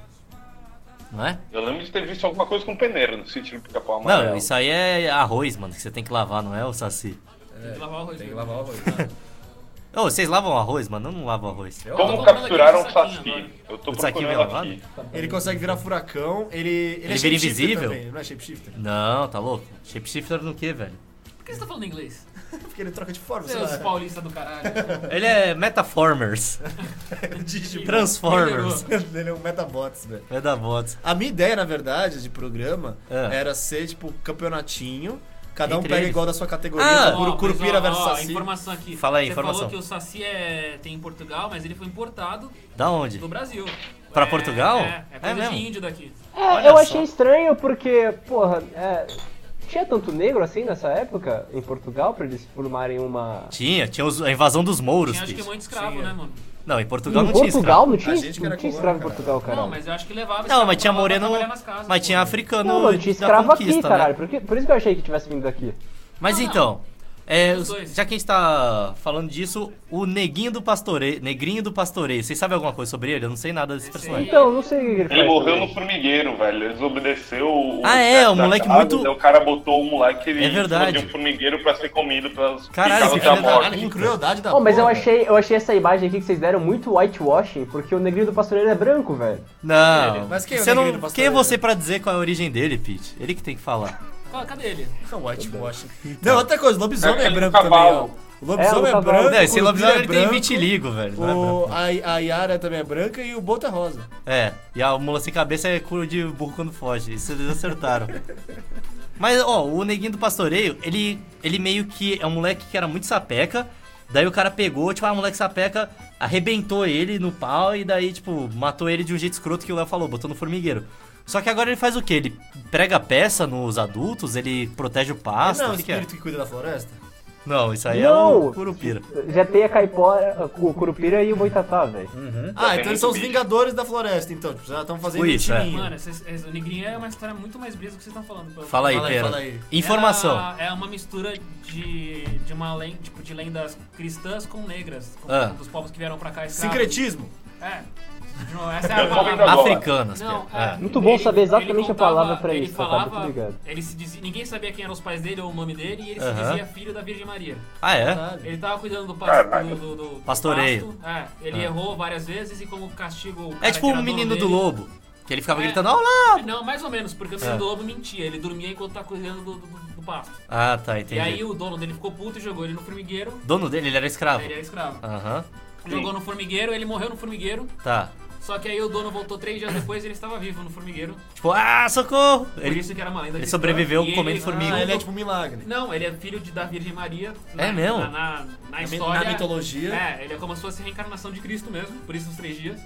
S2: Não é?
S4: Eu lembro de ter visto alguma coisa com peneira no sentido do pica-pau amarelo.
S2: Não, isso aí é arroz, mano, que você tem que lavar, não é o saci.
S3: Tem que lavar o arroz.
S7: Tem que
S3: mesmo.
S7: lavar o arroz.
S2: Ô, vocês lavam arroz, mano? Eu não lavo arroz.
S7: Eu
S4: Como
S7: amo.
S4: capturaram o
S3: Tô comprando
S4: Saci?
S3: aqui um saquinho
S4: Eu tô
S2: O saquinho
S4: procurando
S2: vem lavado?
S4: aqui.
S7: Ele consegue virar furacão.
S1: Cão, ele. Ele,
S2: Ele vira
S1: shapeshifter
S2: invisível?
S1: Também, não é shapeshifter?
S2: Não, tá louco? Shapeshifter no que, velho?
S3: Por que você tá falando inglês?
S1: Porque ele troca de forma, sei lá. [LAUGHS]
S3: Seus paulistas do caralho.
S2: [LAUGHS] Ele é
S3: [LAUGHS]
S2: Metaformers. Transformers.
S1: [LAUGHS]
S2: É
S1: ele é um Metabots, velho.
S2: Metabots.
S1: A minha ideia, na verdade, de programa
S2: Ah.
S1: era ser, tipo, campeonatinho. Cada um
S2: Entre
S1: pega
S2: eles.
S1: igual da sua categoria.
S2: Ah!
S1: Curu-
S3: Ó,
S1: Curupira
S3: mas, ó,
S1: versus
S3: ó,
S1: Saci.
S3: Informação aqui.
S2: Fala aí,
S3: Você
S2: informação.
S3: falou que o Saci é... tem em Portugal, mas ele foi importado
S2: Da onde?
S3: do Brasil.
S2: Pra
S3: É,
S2: Portugal?
S3: É, é coisa
S2: É mesmo?
S3: de índio daqui.
S2: Olha
S6: eu
S2: só.
S6: achei estranho porque, porra, é, tinha tanto negro assim nessa época em Portugal pra eles formarem uma.
S2: Tinha, tinha os- a invasão dos mouros,
S3: Tinha acho que
S2: bicho.
S3: muito escravo, né, mano?
S2: Não, em Portugal
S6: Em
S2: não tinha
S6: Portugal
S2: escravo.
S6: não tinha,
S1: A gente que era
S6: não tinha
S1: colônia,
S6: escravo em Portugal, caralho.
S3: Não, mas eu acho que levava
S2: Não,
S3: escravo
S2: mas tinha
S3: pra lá pra
S2: moreno,
S3: trabalhar nas casas,
S2: mas
S3: pô.
S2: tinha africano
S6: Não, mano, tinha
S2: da
S6: escravo aqui,
S2: conquista,
S6: caralho.
S2: né?
S6: Por, que- por isso que eu achei que tivesse vindo daqui.
S2: Mas
S3: Ah, Não,
S2: então, é,
S3: Os
S2: os-
S3: dois.
S2: já que a gente tá falando disso, o Neguinho do Pastoreio, Negrinho do Pastoreio, vocês sabem alguma coisa sobre ele? Eu não sei nada desse personagem.
S6: Então, não sei o que ele faz.
S4: Ele morreu no
S6: também.
S4: formigueiro, velho. Ele desobedeceu o.
S2: Ah, é,
S4: chefe
S2: o
S4: da
S2: moleque
S4: casa,
S2: muito-
S4: daí O cara botou o moleque ele
S2: É verdade.
S4: de um formigueiro pra ser comido pelas
S2: Caralho, é
S4: picadas
S2: esse
S4: da
S2: filho da-
S4: morte.
S1: Que crueldade da
S6: Oh, mas eu
S1: porra. né?
S6: achei, eu achei essa imagem aqui que vocês deram muito whitewashing, porque o negrinho do pastoreiro é branco, velho.
S2: Não.
S1: Mas quem é o
S2: você
S1: Negrinho
S2: não,
S1: do
S2: quem é
S1: Pastoreio?
S2: você pra dizer qual é a origem dele, Pete? Ele que tem que falar.
S3: Ó, Cadê ele?
S1: Não, whitewashing. Não, outra coisa, lobisomem é
S4: Aquele
S3: um
S1: branco
S4: cavalo.
S1: também, ó. O lobisomem
S6: É,
S1: é,
S6: o cavalo.
S1: branco.
S2: Não, esse
S1: o
S2: lobisomem
S1: Curupira
S2: ele tem
S1: branco,
S2: vitiligo, velho. Não é branco.
S1: O, a, a Yara também é branca e o Boto é rosa.
S2: É, e a mula sem cabeça é cura de burro quando foge. Isso
S1: [LAUGHS]
S2: eles acertaram. Mas, ó, o neguinho do pastoreio, ele, ele meio que é um moleque que era muito sapeca. Daí o cara pegou, tipo, ah, moleque sapeca, arrebentou ele no pau e daí, tipo, matou ele de um jeito escroto que o Léo falou, botou no formigueiro. Só que agora ele faz o quê? Ele prega peça nos adultos, ele protege o pasto,
S1: não,
S2: o
S1: o
S2: que, que é?
S1: espírito que cuida da floresta.
S2: Não, isso aí é
S6: Não!
S2: o curupira.
S6: Já tem a caipora, o curupira e o boitatá, velho.
S1: Ah, então
S4: tem
S1: eles
S4: muito
S1: são os
S4: bicho.
S1: vingadores da floresta, então. Tipo, já estão fazendo
S2: Tipo É isso, é.
S1: timinho.
S3: Mano, essa, essa- o Negrinho é uma história muito mais brisa do que vocês estão falando. pô.
S2: Fala aí,
S1: Fala aí,
S2: Pera.
S1: fala aí.
S2: Informação.
S3: É, é uma mistura de, de uma lenda, tipo, de lendas cristãs com negras, com,
S2: Ah.
S3: dos povos que vieram pra cá escravos.
S1: Sincretismo.
S3: É. De novo, Essa é a
S4: Eu tô vendo
S3: palavra.
S4: agora.
S2: Africanas,
S3: Não,
S2: Pera.
S3: é,
S2: É.
S6: Muito bom
S3: ele-
S6: saber exatamente
S3: ele
S6: a palavra
S3: contava-
S6: pra
S3: ele
S6: isso, tá?
S3: falava,
S6: Muito obrigado.
S3: Ele se dizia, ninguém sabia quem eram os pais dele ou o nome dele, e ele se
S2: Aham.
S3: dizia filho da Virgem Maria.
S2: Ah, é?
S1: Caralho.
S3: Ele tava cuidando do, pas- do,
S4: Caralho.
S3: do- do- do
S2: Pastoreio. Ah.
S3: pasto, é, ele errou várias vezes e como castigo. o
S2: É
S3: cara
S2: tipo
S3: que
S2: o
S3: era dono
S2: menino do
S3: dele-
S2: lobo. Que ele ficava
S3: É.
S2: gritando, olá!
S3: Não, mais ou menos, porque o menino
S2: É.
S3: do lobo mentia. Ele dormia enquanto tava cuidando do, do, do pasto.
S2: Ah, tá, entendi.
S3: E aí o dono dele ficou puto e jogou ele no formigueiro.
S2: dono dele, ele era escravo.
S3: Ele era escravo.
S2: Aham,
S3: Jogou no formigueiro, ele morreu no formigueiro.
S2: tá.
S3: Só que aí o dono voltou três dias depois e ele estava vivo no formigueiro.
S2: Tipo, ah, socorro!
S3: Por
S2: Ele,
S3: isso que era uma lenda
S2: ele
S3: cristã.
S2: sobreviveu
S3: E
S2: comendo
S3: ele-
S2: formiga.
S1: Ah,
S3: Ah,
S1: ele é tipo um milagre.
S3: Não, ele é filho de, da Virgem Maria. né?
S2: É mesmo?
S3: Na, na, na
S1: mi-
S3: história.
S1: na mitologia.
S3: É, ele é como se fosse a reencarnação de Cristo mesmo, por isso os três dias.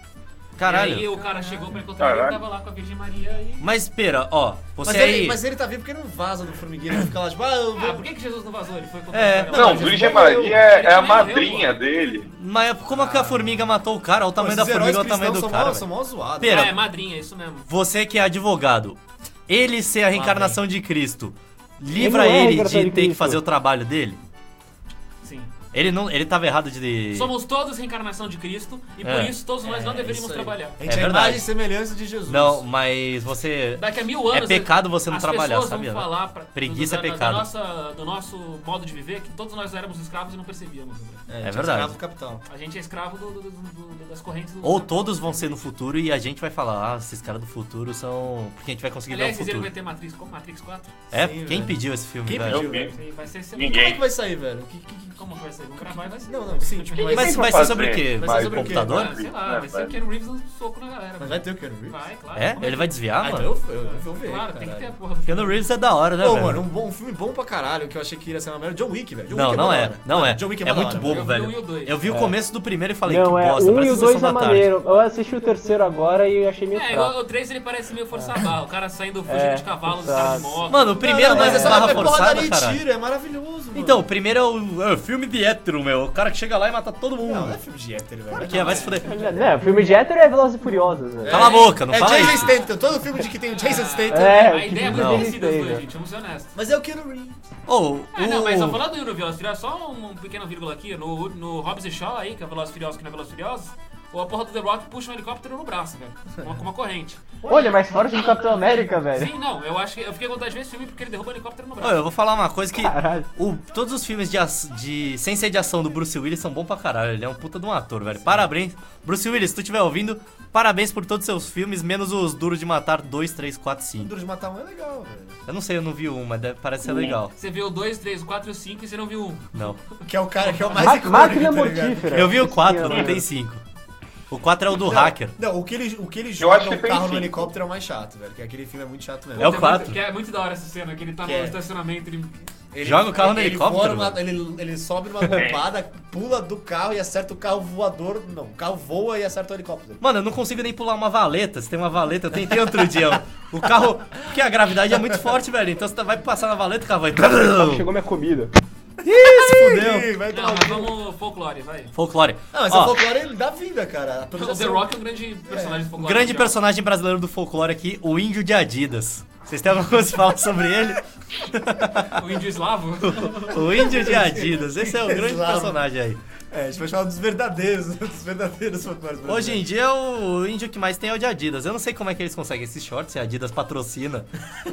S2: Caralho.
S3: E aí o cara chegou pra encontrar ele,
S4: Caralho.
S3: tava lá com a Virgem Maria e...
S2: Mas pera, ó, você
S1: Mas,
S2: aí.
S1: ele, mas ele tá vivo porque ele não vaza do formigueiro. Ele fica lá, tipo, ah, eu vou...
S3: Ah, por que, que Jesus não vazou? Ele foi contar
S2: É,
S3: a história
S4: Não,
S3: lá.
S4: Virgem Maria é, é a madrinha dele.
S2: Mas como é
S3: Ah.
S2: que a formiga matou o cara? Olha o tamanho da
S1: Esses heróis
S2: formiga, olha o tamanho
S1: cristãos
S2: do
S1: são
S2: cara.
S1: mó-
S2: velho.
S1: São mó zoados.
S2: Pera.
S3: Ah, é madrinha, isso mesmo.
S2: Você que é advogado, ele ser a reencarnação de Cristo, livra
S6: não é a
S2: ele,
S6: reencarnação
S2: de,
S6: de
S2: ter que
S6: Cristo.
S2: fazer o trabalho dele?
S3: Sim.
S2: Ele não. Ele tava errado de.
S3: Somos todos reencarnação de Cristo e
S2: É.
S3: por isso todos nós não deveríamos trabalhar.
S1: A gente é, a
S2: verdade.
S1: imagem e semelhança de Jesus.
S2: Não, mas você.
S3: Daqui a mil anos.
S2: É pecado você não
S3: as
S2: trabalhar,
S3: pessoas
S2: sabia, né?
S3: Vão falar pra,
S2: Preguiça
S3: do,
S2: é
S3: da-
S2: pecado.
S3: Da nossa, do nosso modo de viver, que todos nós éramos escravos e não percebíamos. André.
S1: a gente
S2: É verdade.
S1: tipo, escravo do capital.
S3: A gente é escravo do- do- do- do- das correntes do.
S2: Ou todos vão ser no futuro e a gente vai falar, ah, esses caras do futuro são. Porque a gente vai conseguir
S3: Aliás,
S2: ver o
S3: vocês viram que
S2: futuro.
S3: vai ter Matrix, co- Matrix 4?
S2: É,
S1: Sim,
S2: quem
S1: velho.
S2: pediu esse filme,
S1: Quem
S2: velho?
S1: pediu?
S4: Eu vi.
S3: Vai ser esse-
S1: Como é que
S4: Ninguém.
S1: vai sair, velho? Que- que- que-
S3: Como que vai ser? sei, vamos gravar e vai ser.
S7: Não, não, sim, tipo,
S3: Mas-
S4: O que
S2: Mas
S4: que vai
S2: vai ser sobre o
S4: fazer?
S2: quê?
S7: Vai
S4: Vai
S7: ser sobre o quê?
S2: computador?
S3: Ah, sei lá, vai ser o Ken Reeves dando soco na galera.
S7: Mas
S3: mano.
S7: vai ter o Keanu Reeves?
S3: Vai, claro.
S2: É?
S3: Como
S2: Ele vai desviar,
S7: Ah, então
S2: mano?
S7: eu, eu, eu vou ver.
S3: Claro, tem que ter a
S7: caralho.
S3: porra do
S2: Keanu Reeves é da hora, né,
S7: Pô,
S2: velho?
S7: mano, um, bom, um filme bom pra caralho que eu achei que iria ser uma merda. John Wick, velho. John
S2: não,
S7: Wick
S2: não
S7: da
S2: é.
S7: hora.
S2: Não é.
S7: John Wick é
S2: é
S7: da
S2: muito
S7: hora,
S2: bobo,
S3: velho. Eu vi o um e o
S2: velho.
S3: dois.
S2: Eu vi o começo do primeiro e falei
S6: Não,
S2: que
S6: é.
S2: bosta,
S6: Um e
S2: parece
S6: o dois
S2: sessão
S6: é
S2: da tarde.
S6: maneiro. Eu assisti o terceiro agora e achei meio
S3: É,
S6: fraco.
S3: igual o 3 ele parece meio força barra. O cara saindo, fugindo
S6: É,
S3: de cavalo, os
S6: exato.
S3: caras de moto.
S2: Mano, o primeiro
S7: Não,
S2: não,
S7: mas
S2: é
S7: é só
S2: barra
S7: é porrada
S2: forçada,
S7: e
S2: cara.
S7: tiro, é maravilhoso, mano.
S2: Então, o primeiro é o é o filme de hétero, meu. O cara que chega lá e mata todo mundo.
S7: Não, não é filme de hétero, velho.
S2: Aqui, vai se fuder.
S6: Não, o filme de hétero é Velozes e Furiosos, velho.
S2: Cala a boca, não
S7: é
S2: fala
S7: Jason
S2: isso.
S7: Statham, todo filme de que tem o Jason Statham.
S6: É,
S3: A ideia é muito
S2: Não.
S3: parecida os dois, gente. Vamos ser honestos.
S7: Mas é o Keanu Reeves.
S2: Ô,
S3: Ah, não,
S2: o-
S3: mas só falar do Euroveloz Furiosos, só um, um pequeno vírgula aqui. No, no Hobbs e Shaw aí, que é Veloz Furiosos que não é Veloz Furiosos, ou a porra do The Rock puxa um helicóptero no braço, velho. Com uma- com uma corrente.
S6: Olha, mais forte do Capitão América, velho.
S3: Sim, não, eu acho que eu fiquei com vontade de ver esse filme porque ele derruba o helicóptero no
S2: Ô,
S3: braço.
S2: eu vou falar uma coisa que
S6: Caralho.
S2: o- todos os filmes de, ac- de sem ser de ação do Bruce Willis são bons pra caralho. Ele é um puta de um ator, velho. Parabéns. Bruce Willis, se tu estiver ouvindo, parabéns por todos os seus filmes, menos os Duros de Matar 2, 3, 4, 5.
S7: Duro de matar um é legal, velho.
S2: Eu não sei, eu não vi um, mas deve- parece ser legal.
S3: Você viu o 2, 3, 4, 5 e você não viu um.
S2: Não.
S7: Que é o cara que é o mais
S6: Ma-
S7: icônico,
S6: Máquina
S7: tá ligado?
S6: mortífera.
S2: Eu vi o
S6: Esse
S2: 4,
S6: ano.
S2: não tem 5. O 4 é o do
S7: Não,
S2: hacker.
S7: Não, o que ele, o que ele
S4: Eu
S7: joga
S4: acho que
S7: no
S4: tem
S7: carro no
S4: cinco.
S7: helicóptero é o mais chato, velho. Que aquele filme é muito chato mesmo.
S2: É o
S3: Puta,
S2: quatro.
S3: muito- que é muito da hora essa cena, que ele tá
S7: Que
S3: no
S7: é.
S3: estacionamento, ele...
S7: Ele-
S2: Joga o carro no
S7: ele
S2: helicóptero,
S7: voa numa- ele, ele sobe
S4: [LAUGHS]
S7: numa
S4: É.
S7: lompada, pula do carro e acerta o carro voador. Não, o carro voa e acerta o helicóptero.
S2: Mano, eu não consigo nem pular uma valeta. Se tem uma valeta, eu tentei outro dia. O carro. Porque a gravidade é muito forte, velho. Então você vai passar na valeta, o carro vai. Ih,
S6: Chegou minha comida.
S2: se fudeu.
S7: Ih, vai
S3: Não,
S7: tomar
S3: mas vamos folclore, vai.
S2: Folclore.
S7: Não, mas
S2: Ó,
S7: o folclore ele dá vida,
S4: [LAUGHS]
S7: cara. A
S3: O The
S7: atualização-
S3: Rock é um grande personagem do
S2: Um
S3: folclore. né?
S2: grande
S3: mundial.
S2: personagem brasileiro do folclore aqui, o índio de Adidas. Vocês têm alguma coisa pra falar sobre ele?
S3: O
S2: [LAUGHS]
S3: índio eslavo.
S2: O índio de Adidas, esse é o grande
S7: Exato.
S2: personagem aí.
S7: É, a gente vai chamar dos verdadeiros, [LAUGHS] dos verdadeiros folclores brasileiros.
S2: Hoje em dia, o índio que mais tem é o de Adidas. Eu não sei como é que eles conseguem esses shorts, se a Adidas patrocina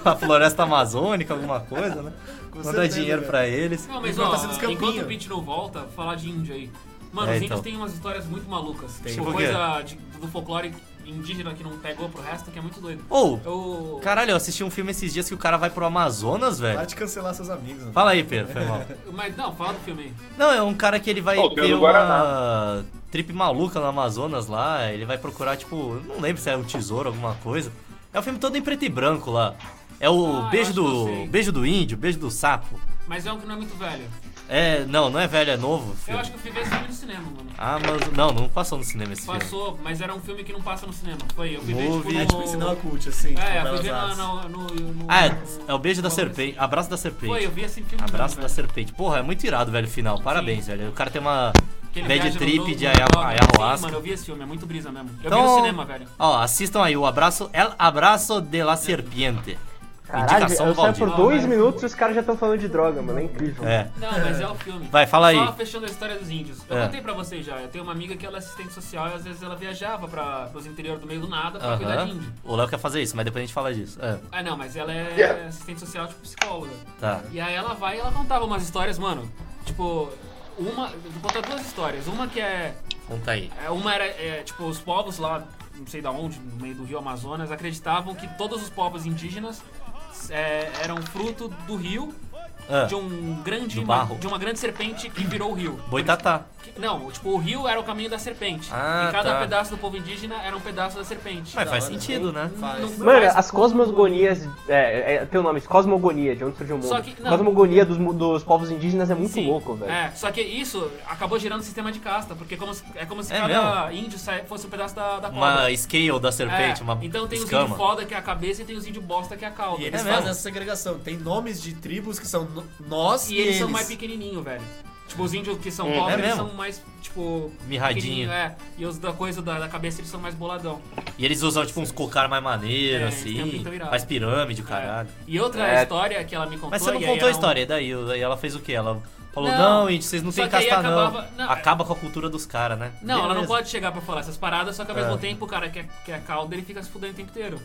S2: a floresta amazônica, alguma coisa, né?
S7: Com
S2: Manda
S7: certeza,
S2: dinheiro
S7: velho.
S2: pra eles.
S3: Não, mas
S7: Ele
S3: ó,
S7: tá sendo escampinho.
S3: enquanto o Pete não volta, falar de índio aí. Mano,
S2: É,
S3: os índios
S2: então.
S3: têm umas histórias muito malucas.
S2: Tem.
S3: Tipo,
S2: Tipo o quê?
S3: coisa de- do folclore indígena que não pegou pro resto, que é muito doido.
S2: Ou,
S3: Eu...
S2: caralho, eu assisti um filme esses dias que o cara vai pro Amazonas,
S7: Para
S2: velho.
S7: de cancelar seus amigos, mano.
S2: Fala aí, Pedro, foi mal.
S3: Mas não, fala do filme aí.
S2: Não, é um cara que ele vai
S4: Ô,
S2: ter
S4: Pedro
S2: uma trip maluca no Amazonas lá, ele vai procurar, tipo, não lembro se é um tesouro, alguma coisa. É um filme todo em preto e branco lá. É o
S3: Ah,
S2: beijo
S3: eu acho que eu sei.
S2: do. Beijo do índio, beijo do sapo.
S3: Mas é um que não é muito velho.
S2: É. Não, não é velho, é novo. Filho.
S3: Eu acho que eu fui ver esse filme no cinema, mano.
S2: Ah, mas. Não, não passou no cinema esse filme.
S3: Passou, mas era um filme que não passa no cinema. Foi, eu fui ver,
S2: Movie.
S3: tipo, no...
S7: É tipo ensinar a cult, assim. tipo,
S3: É, eu
S7: belas
S3: fui ver na-
S7: artes.
S3: na- no... no-
S2: Ah, é, é o beijo da
S3: Não,
S2: serpente. Abraço da serpente.
S3: Foi, eu vi esse filme.
S2: Abraço
S3: também,
S2: da
S3: velho.
S2: serpente. Porra, é muito irado, velho, o final. Parabéns, velho. O cara tem uma
S3: Que ele
S2: bad
S3: viaja no
S2: trip
S3: novo-
S2: de
S3: no
S2: ayahu-
S3: novo- né? Sim,
S2: ayahuasca.
S3: mano, eu vi esse filme, é muito brisa mesmo. Eu vi
S2: Então-
S3: no cinema, velho.
S2: Ó, assistam aí o abraço, El Abraço de la Serpiente.
S6: Caralho,
S2: Indicação do
S6: eu saio
S2: Valdir.
S6: por dois minutos e os caras já estão falando de droga, mano. É incrível.
S2: É.
S3: Não, mas é o filme.
S2: Vai, fala aí.
S3: Só fechando a história dos índios. Eu
S2: É.
S3: contei pra vocês já. Eu tenho uma amiga que ela é assistente social e às vezes ela viajava pra, pros interiores do meio do nada pra cuidar de índio.
S2: Aham. O Léo quer fazer isso, mas depois a gente fala disso. É,
S3: Ah, não, mas ela é
S4: Yeah.
S3: assistente social, tipo psicóloga.
S2: tá.
S3: E aí ela vai e ela contava umas histórias, mano. Tipo, uma. eu Vou contar duas histórias. Uma que é.
S2: Conta aí.
S3: é, Uma era, é, tipo, os povos lá, não sei da onde, no meio do rio Amazonas, acreditavam que todos os povos indígenas é, eram fruto do rio.
S2: Ah,
S3: De um grande.
S2: Do barro.
S3: De uma grande serpente que virou o rio.
S2: Boitatá.
S3: Que- Não, tipo, o rio era o caminho da serpente.
S2: Ah,
S3: e cada
S2: tá.
S3: pedaço do povo indígena era um pedaço da serpente. Então,
S2: Mas faz
S7: hora.
S2: sentido, né?
S7: Faz.
S3: Não-
S6: Mano, assim,
S3: mas-
S6: as cosmogonias. É, é, tem o nome, cosmogonia, de onde surgiu o mundo.
S3: Só que- não.
S6: Cosmogonia dos, mu- dos povos indígenas é muito
S3: Sim.
S6: louco, velho.
S3: É, só que isso acabou gerando um sistema de casta, porque como se- é como se
S2: É
S3: cada índio sai- fosse um pedaço da, da
S2: Uma
S3: cobra.
S2: scale da serpente,
S3: É,
S2: uma
S3: então tem os índios
S2: escama.
S3: foda que é a cabeça e tem os índios bosta que é a cauda.
S7: E eles
S2: É mesmo?
S7: fazem essa segregação. Tem nomes de tribos que são no- nós
S3: E
S7: e,
S3: eles, são mais pequenininhos, velho. Tipo, os índios que são
S2: é
S3: pobres eles
S2: mesmo?
S3: são mais, tipo...
S2: Mirradinho.
S3: pequenininho, É, e os da coisa da, da cabeça eles são mais boladão.
S2: E eles usam, tipo, uns cocar mais maneiro,
S3: É, eles têm um
S2: assim.
S3: pinto irado.
S2: Faz pirâmide, o
S3: É.
S2: caralho.
S3: E outra
S6: É.
S3: história que ela me contou...
S2: Mas você não
S3: e aí
S2: contou a
S3: era um-
S2: história, e daí? E ela fez o quê? Ela falou,
S3: Não.
S2: não, índio, vocês não
S3: Só
S2: têm
S3: que aí
S2: casta,
S3: acabava-
S2: não.
S3: não,
S2: Acaba com a cultura dos caras, né?
S3: Não, ela não
S2: Beleza.
S3: pode chegar pra falar essas paradas, só que ao
S2: É.
S3: mesmo tempo o cara que é, que é caldo, ele fica se fudendo o tempo inteiro.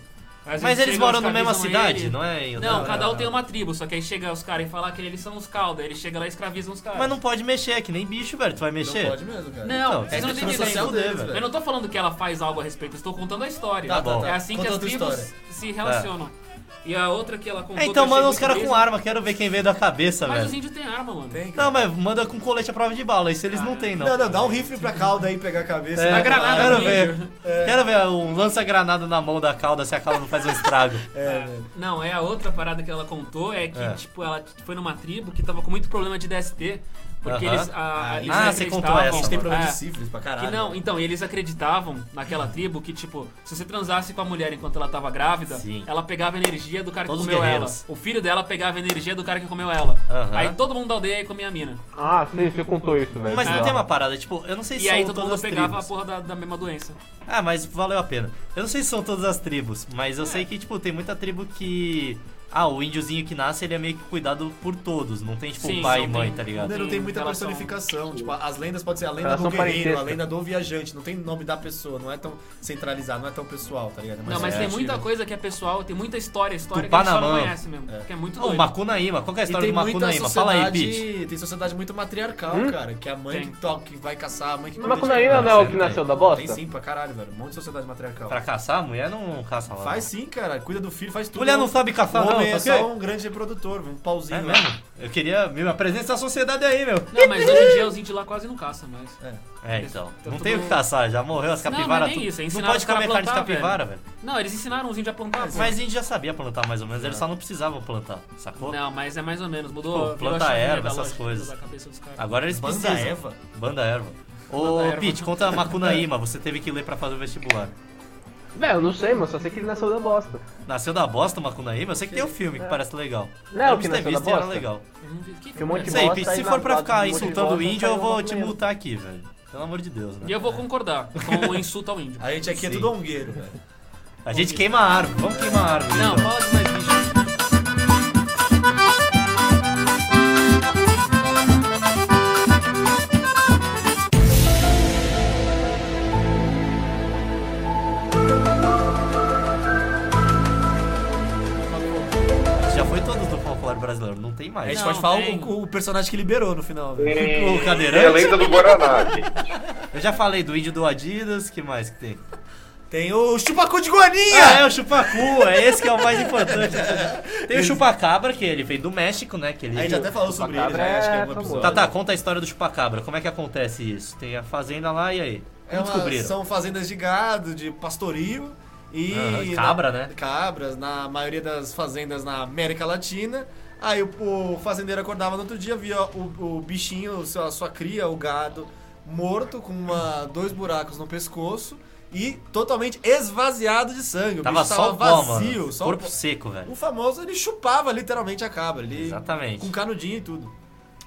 S3: Às
S2: Mas
S3: vezes
S2: eles
S3: chega,
S2: moram
S3: os
S2: na
S3: caras
S2: mesma
S3: avisam
S2: cidade,
S3: ele.
S2: não é? em-
S3: Não, cada um
S2: não.
S3: tem uma tribo, só que aí chega os caras e fala que eles são os calda, ele chega lá e escraviza os caras.
S2: Mas não pode mexer, é que nem bicho, velho. Tu vai
S7: Não
S2: mexer?
S7: pode mesmo, cara.
S3: Não,
S2: Então,
S7: é
S3: vocês
S7: a
S3: não
S7: questão
S3: entendem
S7: social
S3: isso.
S7: deles,
S3: Eu
S7: velho.
S3: não tô falando que ela faz algo a respeito, eu estou contando a história.
S7: Tá
S2: bom.
S3: É assim
S7: Conta
S3: que as
S7: outra
S3: tribos
S7: história.
S3: se relacionam. E a outra que ela contou.
S2: É,
S3: que eu
S2: então
S3: achei
S2: manda uns
S3: muito
S2: caras
S3: mesmo-
S2: com arma, quero ver quem veio da cabeça,
S3: Mas os
S2: velho.
S3: índios têm arma, mano.
S1: Tem, cara.
S2: Não, mas manda com colete à prova de bala, isso eles não têm, não.
S1: Não, não, dá um rifle pra calda aí pegar a cabeça.
S2: É,
S3: Dá granada
S2: quero
S3: no
S2: ver.
S3: índio.
S2: Quero ver um lança-granada na mão da cauda se a cauda não faz um estrago.
S1: É, velho.
S3: Não, é a outra parada que ela contou é que,
S2: É.
S3: tipo, ela foi numa tribo que tava com muito problema de DST. Porque
S2: Aham.
S3: eles. A,
S2: Ah,
S3: eles
S2: ah, você
S3: acreditavam-
S2: contou essa,
S1: A gente tem problema
S3: É.
S1: de sífilis pra
S3: Que
S1: caralho.
S3: não, então, e eles acreditavam naquela tribo que, tipo, se você transasse com a mulher enquanto ela tava grávida,
S2: Sim.
S3: ela pegava a energia do cara
S2: Todos
S3: que comeu ela.
S2: guerreiros.
S3: O filho dela pegava a energia do cara que comeu ela.
S2: Aham.
S3: Aí todo mundo da aldeia comia a mina.
S6: Ah, sim, você contou isso, velho.
S2: Mas não
S3: É.
S2: tem uma parada, tipo, eu não sei se
S3: E
S2: são
S3: aí todo
S2: todas
S3: mundo
S2: as
S3: pegava
S2: tribos.
S3: a porra da, da mesma doença.
S2: Ah, mas valeu a pena. Eu não sei se são todas as tribos, mas eu sei que, tipo, tem muita tribo que. Ah, o índiozinho que nasce, ele é meio que cuidado por todos. Não tem, tipo,
S3: Sim,
S2: pai e
S3: não
S2: mãe,
S3: tem-
S2: tá ligado?
S1: Não, não tem muita
S3: Relação-
S1: personificação. Tipo, as lendas podem ser a lenda
S6: Relação
S1: do guerreiro, a
S6: parentesca.
S1: lenda do viajante. Não tem nome da pessoa, não é tão centralizado, não é tão pessoal, tá ligado? É mais
S3: não, mas tem
S1: relativo.
S3: muita coisa que é pessoal, tem muita história, história
S2: Do
S3: que a gente só não
S2: Panamá.
S3: conhece mesmo. Que é muito
S2: Ô,
S3: doido.
S2: Macunaíma, qual que é a
S1: E
S2: história
S1: tem
S2: do
S1: muita
S2: Macunaíma? Fala aí, Pete.
S1: sociedade, tem sociedade muito matriarcal, cara, que a mãe
S3: Tem.
S1: que, toca, que vai caçar, a mãe que
S6: Mas
S1: cuida de
S6: Macunaíma
S1: tudo.
S6: não é o que nasceu da bosta?
S1: Tem sim, pra caralho, velho. Um monte de sociedade matriarcal.
S2: Pra caçar, a mulher não caça lá.
S1: Faz sim, cara. Cuida do filho, faz tudo.
S2: Mulher não sabe
S1: O
S2: caçar, não,
S1: homem
S2: tá
S1: é só
S2: ok?
S1: um grande reprodutor, um pauzinho.
S2: É
S1: né?
S2: mesmo? Eu queria. Me apresenta essa sociedade é aí, meu.
S3: Não, mas hoje em dia os índios lá quase não caçam mais.
S2: É, então.
S3: Tá
S2: Não
S3: tudo-
S2: tem o que caçar, já morreu as
S3: Não, mas
S2: capivaras.
S3: nem
S2: tudo.
S3: isso, é
S2: não
S3: ensinar
S2: pode
S3: os caras
S2: comer
S3: a
S2: carne de
S3: plantar,
S2: capivara, velho.
S3: Não, eles ensinaram os índios a plantar. pô.
S2: Mas a gente já sabia plantar mais ou menos, eles só não precisavam plantar, sacou?
S3: Não, mas é mais ou menos, mudou.
S2: Pô,
S3: virou
S2: planta
S3: a chavinha
S2: erva,
S3: da
S2: essas
S3: lógica,
S2: coisas. Ah.
S3: da cabeça dos caras.
S2: Agora eles
S1: Banda
S2: precisam.
S1: é Eva?
S2: Banda erva.
S3: Banda
S2: Ô,
S3: erva.
S2: Pete, conta a Macunaíma, você teve que ler pra fazer o vestibular.
S6: Velho, eu não sei, mano, só sei que ele nasceu da bosta.
S2: Nasceu da bosta o Macunaíma? Eu sei que tem um filme que parece legal.
S6: Não,
S2: Eu
S6: que
S2: ter
S6: nasceu da
S2: visto e era
S6: bosta.
S2: legal.
S3: Eu não vi- que
S6: Que um monte de
S2: Isso aí,
S6: bosta,
S2: Pete,
S6: aí
S2: se
S6: na
S2: for pra
S6: base
S2: ficar
S6: do monte de
S2: insultando o
S6: bosta,
S2: índio,
S6: sai
S2: eu vou
S6: uma
S2: te
S6: Macunaíma.
S2: multar aqui, velho. Pelo amor de Deus,
S3: E
S2: né?
S3: eu
S2: [LAUGHS]
S3: vou concordar com o insulto ao
S2: Ah,
S3: índio.
S1: A gente aqui é
S2: Sim.
S1: tudo ongueiro, velho.
S2: A gente queima a árvore, vamos queimar a árvore.
S3: Não,
S2: então.
S3: fala de mais bicho.
S2: Já foi todos do folclore brasileiro, não tem
S1: A
S2: mais.
S1: gente
S3: Não,
S1: pode falar
S3: tem.
S1: o, o personagem que liberou no final, velho.
S2: [LAUGHS]
S4: E,
S2: O
S4: e
S2: cadeirante?
S4: a lenda do Guaraná, gente.
S2: Eu já falei do índio do Adidas, que mais que tem?
S1: Tem o Chupacu de Guaninha!
S2: Ah, é o chupacu, é esse que é o mais
S3: [LAUGHS]
S2: importante. Tem o chupacabra, que ele veio do México, né? Que ele...
S1: A gente até falou sobre ele,
S6: Chupacabra
S1: né? Acho que é um
S6: é famoso.
S1: episódio.
S2: Tá, tá, conta a história do chupacabra. Como é que acontece isso? Tem a fazenda lá e aí?
S1: É
S2: Como
S1: uma-
S2: descobriram?
S1: são fazendas de gado, de pastorio e.
S2: Aham,
S1: na-
S2: cabra, né?
S1: Cabras, na maioria das fazendas na América Latina. Aí o, o fazendeiro acordava no outro dia, via o, o bichinho, o seu- a sua cria, o gado, morto, com uma- dois buracos no pescoço e totalmente esvaziado de sangue. O
S2: Tava
S1: bicho
S2: só o pó,
S1: vazio,
S2: mano.
S1: só o
S2: Corpo
S1: pó.
S2: seco, velho.
S1: O famoso, ele chupava literalmente a cabra. Ele,
S2: Exatamente.
S1: Com canudinho e tudo.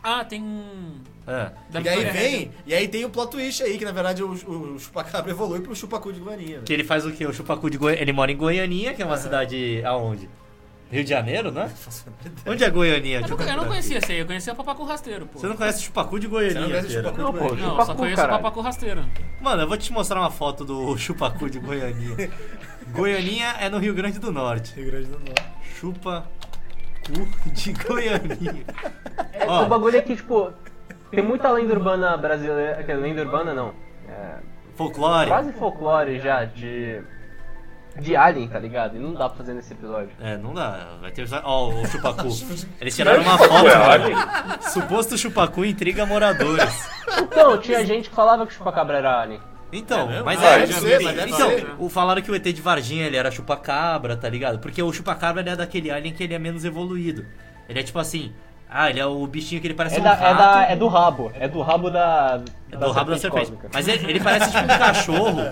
S3: Ah, tem um.
S2: Ah,
S3: da
S1: e aí
S3: Vitória
S1: vem,
S3: Regia.
S1: e aí tem o plot twist aí, que na verdade o, o chupacabra [LAUGHS] evolui pro chupacu de guaninha.
S2: que ele faz o quê? O chupacu de Goiânia. Ele mora em Goianinha, que é uma cidade aonde? Rio de Janeiro, né? Onde é Goianinha?
S3: Eu
S2: Deixa
S3: Ah, não, eu não
S2: procurar aqui.
S3: conhecia esse aí, eu conhecia o Papacu Rasteiro, pô.
S2: Você não conhece o chupacu de
S1: Você
S2: Goianinha?
S1: não conhece o
S2: Pera?
S1: chupacu?
S6: Não, pô,
S3: Não, só
S6: chupacu,
S3: conheço o
S6: caralho.
S3: Papacu Rasteiro.
S2: Mano, eu vou te mostrar uma foto do [LAUGHS] chupacu de Goianinha. Goianinha é no Rio Grande do Norte.
S1: Rio Grande do Norte.
S2: Chupa cu de Goianinha.
S6: É,
S2: Ó.
S6: O bagulho é que, tipo, tem muita lenda urbana brasileira. Quer dizer, lenda urbana não. É,
S2: Folclore.
S6: quase folclore já de. de Alien, tá ligado? E não dá pra fazer nesse episódio.
S2: É, não dá. Vai ter episódio. Ó, o chupacu. Eles tiraram uma foto.
S4: Ué,
S2: mano.
S4: olha,
S2: Suposto chupacu intriga moradores.
S6: Então, tinha gente que falava que o chupacabra era Alien.
S2: Então, mas
S1: Ah,
S2: é.
S1: deve ser, mas deve
S2: Então,
S1: ser.
S2: o, falaram que o ET de Varginha ele era chupacabra, tá ligado? Porque o chupacabra ele é daquele alien que ele é menos evoluído. Ele é tipo assim. Ah, ele é o bichinho que ele parece
S6: É,
S2: um
S6: da, é,
S2: rato.
S6: da, é do rabo. É do rabo da.
S2: É do rabo da serpente.
S6: cósmica. É.
S2: Mas ele, ele parece
S6: [LAUGHS]
S2: tipo um cachorro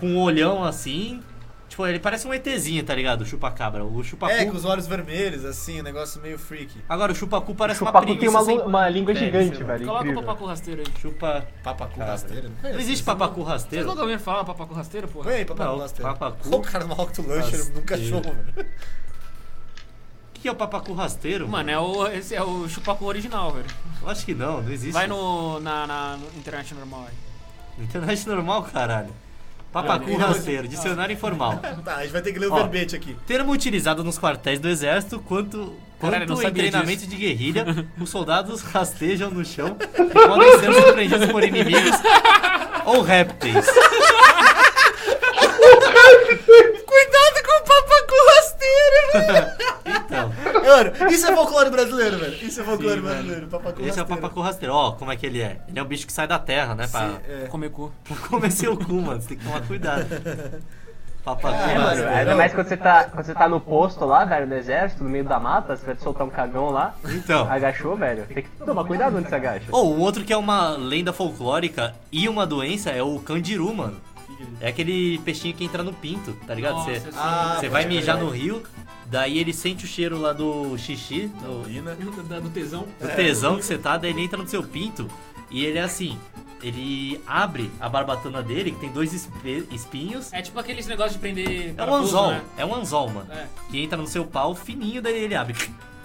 S2: com um olhão assim. Tipo, ele parece um ETzinho, tá ligado? O chupacabra. O chupacu.
S1: É, com os olhos vermelhos, assim, um negócio meio freak.
S2: Agora, o chupacu parece
S6: O
S2: uma
S6: papo
S2: preguiça.
S6: tem uma,
S2: sem-
S6: lu- uma língua
S2: Deve
S6: gigante,
S2: ser,
S6: velho.
S3: Coloca o
S6: incrível.
S3: Papacu Rasteiro aí.
S2: Chupa.
S1: Papacu
S2: Cara,
S1: rasteiro.
S2: Não existe papacu rasteiro?
S3: Vocês nunca ouviram falar Papacu Rasteiro, pô?
S1: Põe aí, papacu
S2: Não,
S1: rasteiro.
S2: papacu
S1: Pô, O cara do Rock Lunch
S2: rasteiro.
S1: num cachorro, um, velho.
S2: O que é o papacu rasteiro?
S3: Mano, é o, esse é o Chupacu original, velho.
S2: Eu acho que não, não existe.
S3: Vai no, na, na no internet normal aí.
S2: Internet é normal, caralho. Papacu
S1: Não, não.
S2: rasteiro, dicionário informal.
S1: Tá, a gente vai ter que ler o
S2: Ó.
S1: verbete aqui.
S2: Termo utilizado nos quartéis do exército quanto,
S3: Caralho,
S2: quanto
S3: não
S2: em
S3: sabia
S2: treinamento de guerrilha, os soldados rastejam no chão e podem ser surpreendidos por inimigos ou répteis.
S1: Cuidado com o papacu rasteiro, velho.
S2: Então,
S7: Isso é folclore brasileiro, velho. Isso é folclore
S2: Sim, mano.
S7: brasileiro. Papacu
S2: Esse é o papacu rasteiro. Ó, como é que ele é? Ele é um bicho que sai da terra, né? Pra,
S7: É.
S3: Comer cu.
S2: pra [LAUGHS] comer seu cu, mano. Você tem que tomar cuidado. Papacu
S7: É,
S6: Mano,
S2: rasteiro.
S6: ainda mais quando você, tá, quando você tá no posto lá, velho, no exército, no meio da mata, você vai te soltar um cagão lá.
S2: Então.
S6: Agachou, velho. Tem que tomar cuidado onde você agacha.
S2: Ou o outro que é uma lenda folclórica e uma doença é o candiru, mano. É aquele peixinho que entra no pinto, tá ligado?
S3: Nossa,
S2: Você-
S3: esse- é
S2: [LAUGHS]
S7: Ah,
S2: Você vai mijar no rio, daí ele sente o cheiro lá do xixi, do,
S3: Da- Do tesão.
S2: do tesão que você tá, daí ele entra no seu pinto e ele é assim. Ele abre a barbatana dele, que tem dois espe- espinhos.
S3: É tipo aqueles negócios de prender.
S2: É um
S3: parafuso,
S2: anzol,
S3: né?
S2: é um anzol, mano.
S3: É,
S2: Que entra no seu pau fininho, daí ele abre.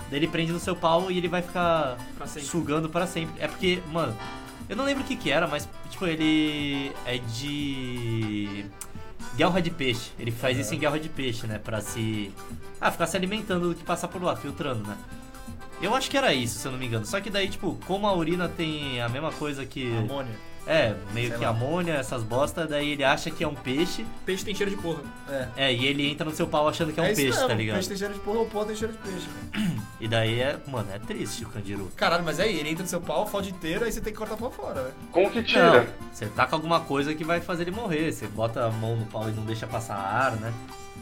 S2: Daí ele prende no seu pau e ele vai ficar
S3: pra sempre.
S2: sugando pra sempre. É porque, mano, eu não lembro o que que era, mas, tipo, ele é de. Guerra de peixe. Ele faz
S7: É.
S2: isso em guerra de peixe, né? Pra se. Ah, ficar se alimentando do que passar por lá, filtrando, né? Eu acho que era isso, se eu não me engano. Só que daí, tipo, como a urina tem a mesma coisa que.
S7: Amônia.
S2: É, meio
S7: Sei
S2: que
S7: lá.
S2: amônia, essas bostas, daí ele acha que é um peixe.
S3: Peixe tem cheiro de porra.
S2: É, e ele entra no seu pau achando que é um
S7: isso
S2: peixe,
S7: mesmo,
S2: tá ligado?
S7: Peixe tem cheiro de porra, o pó tem cheiro de peixe. velho.
S2: E daí é. Mano, é triste o Candiru.
S7: Caralho, mas aí ele entra no seu pau, foda inteiro, aí você tem que cortar pra fora, velho.
S4: Como que tira?
S2: Não, você taca alguma coisa que vai fazer ele morrer. Você bota a mão no pau e não deixa passar ar, né?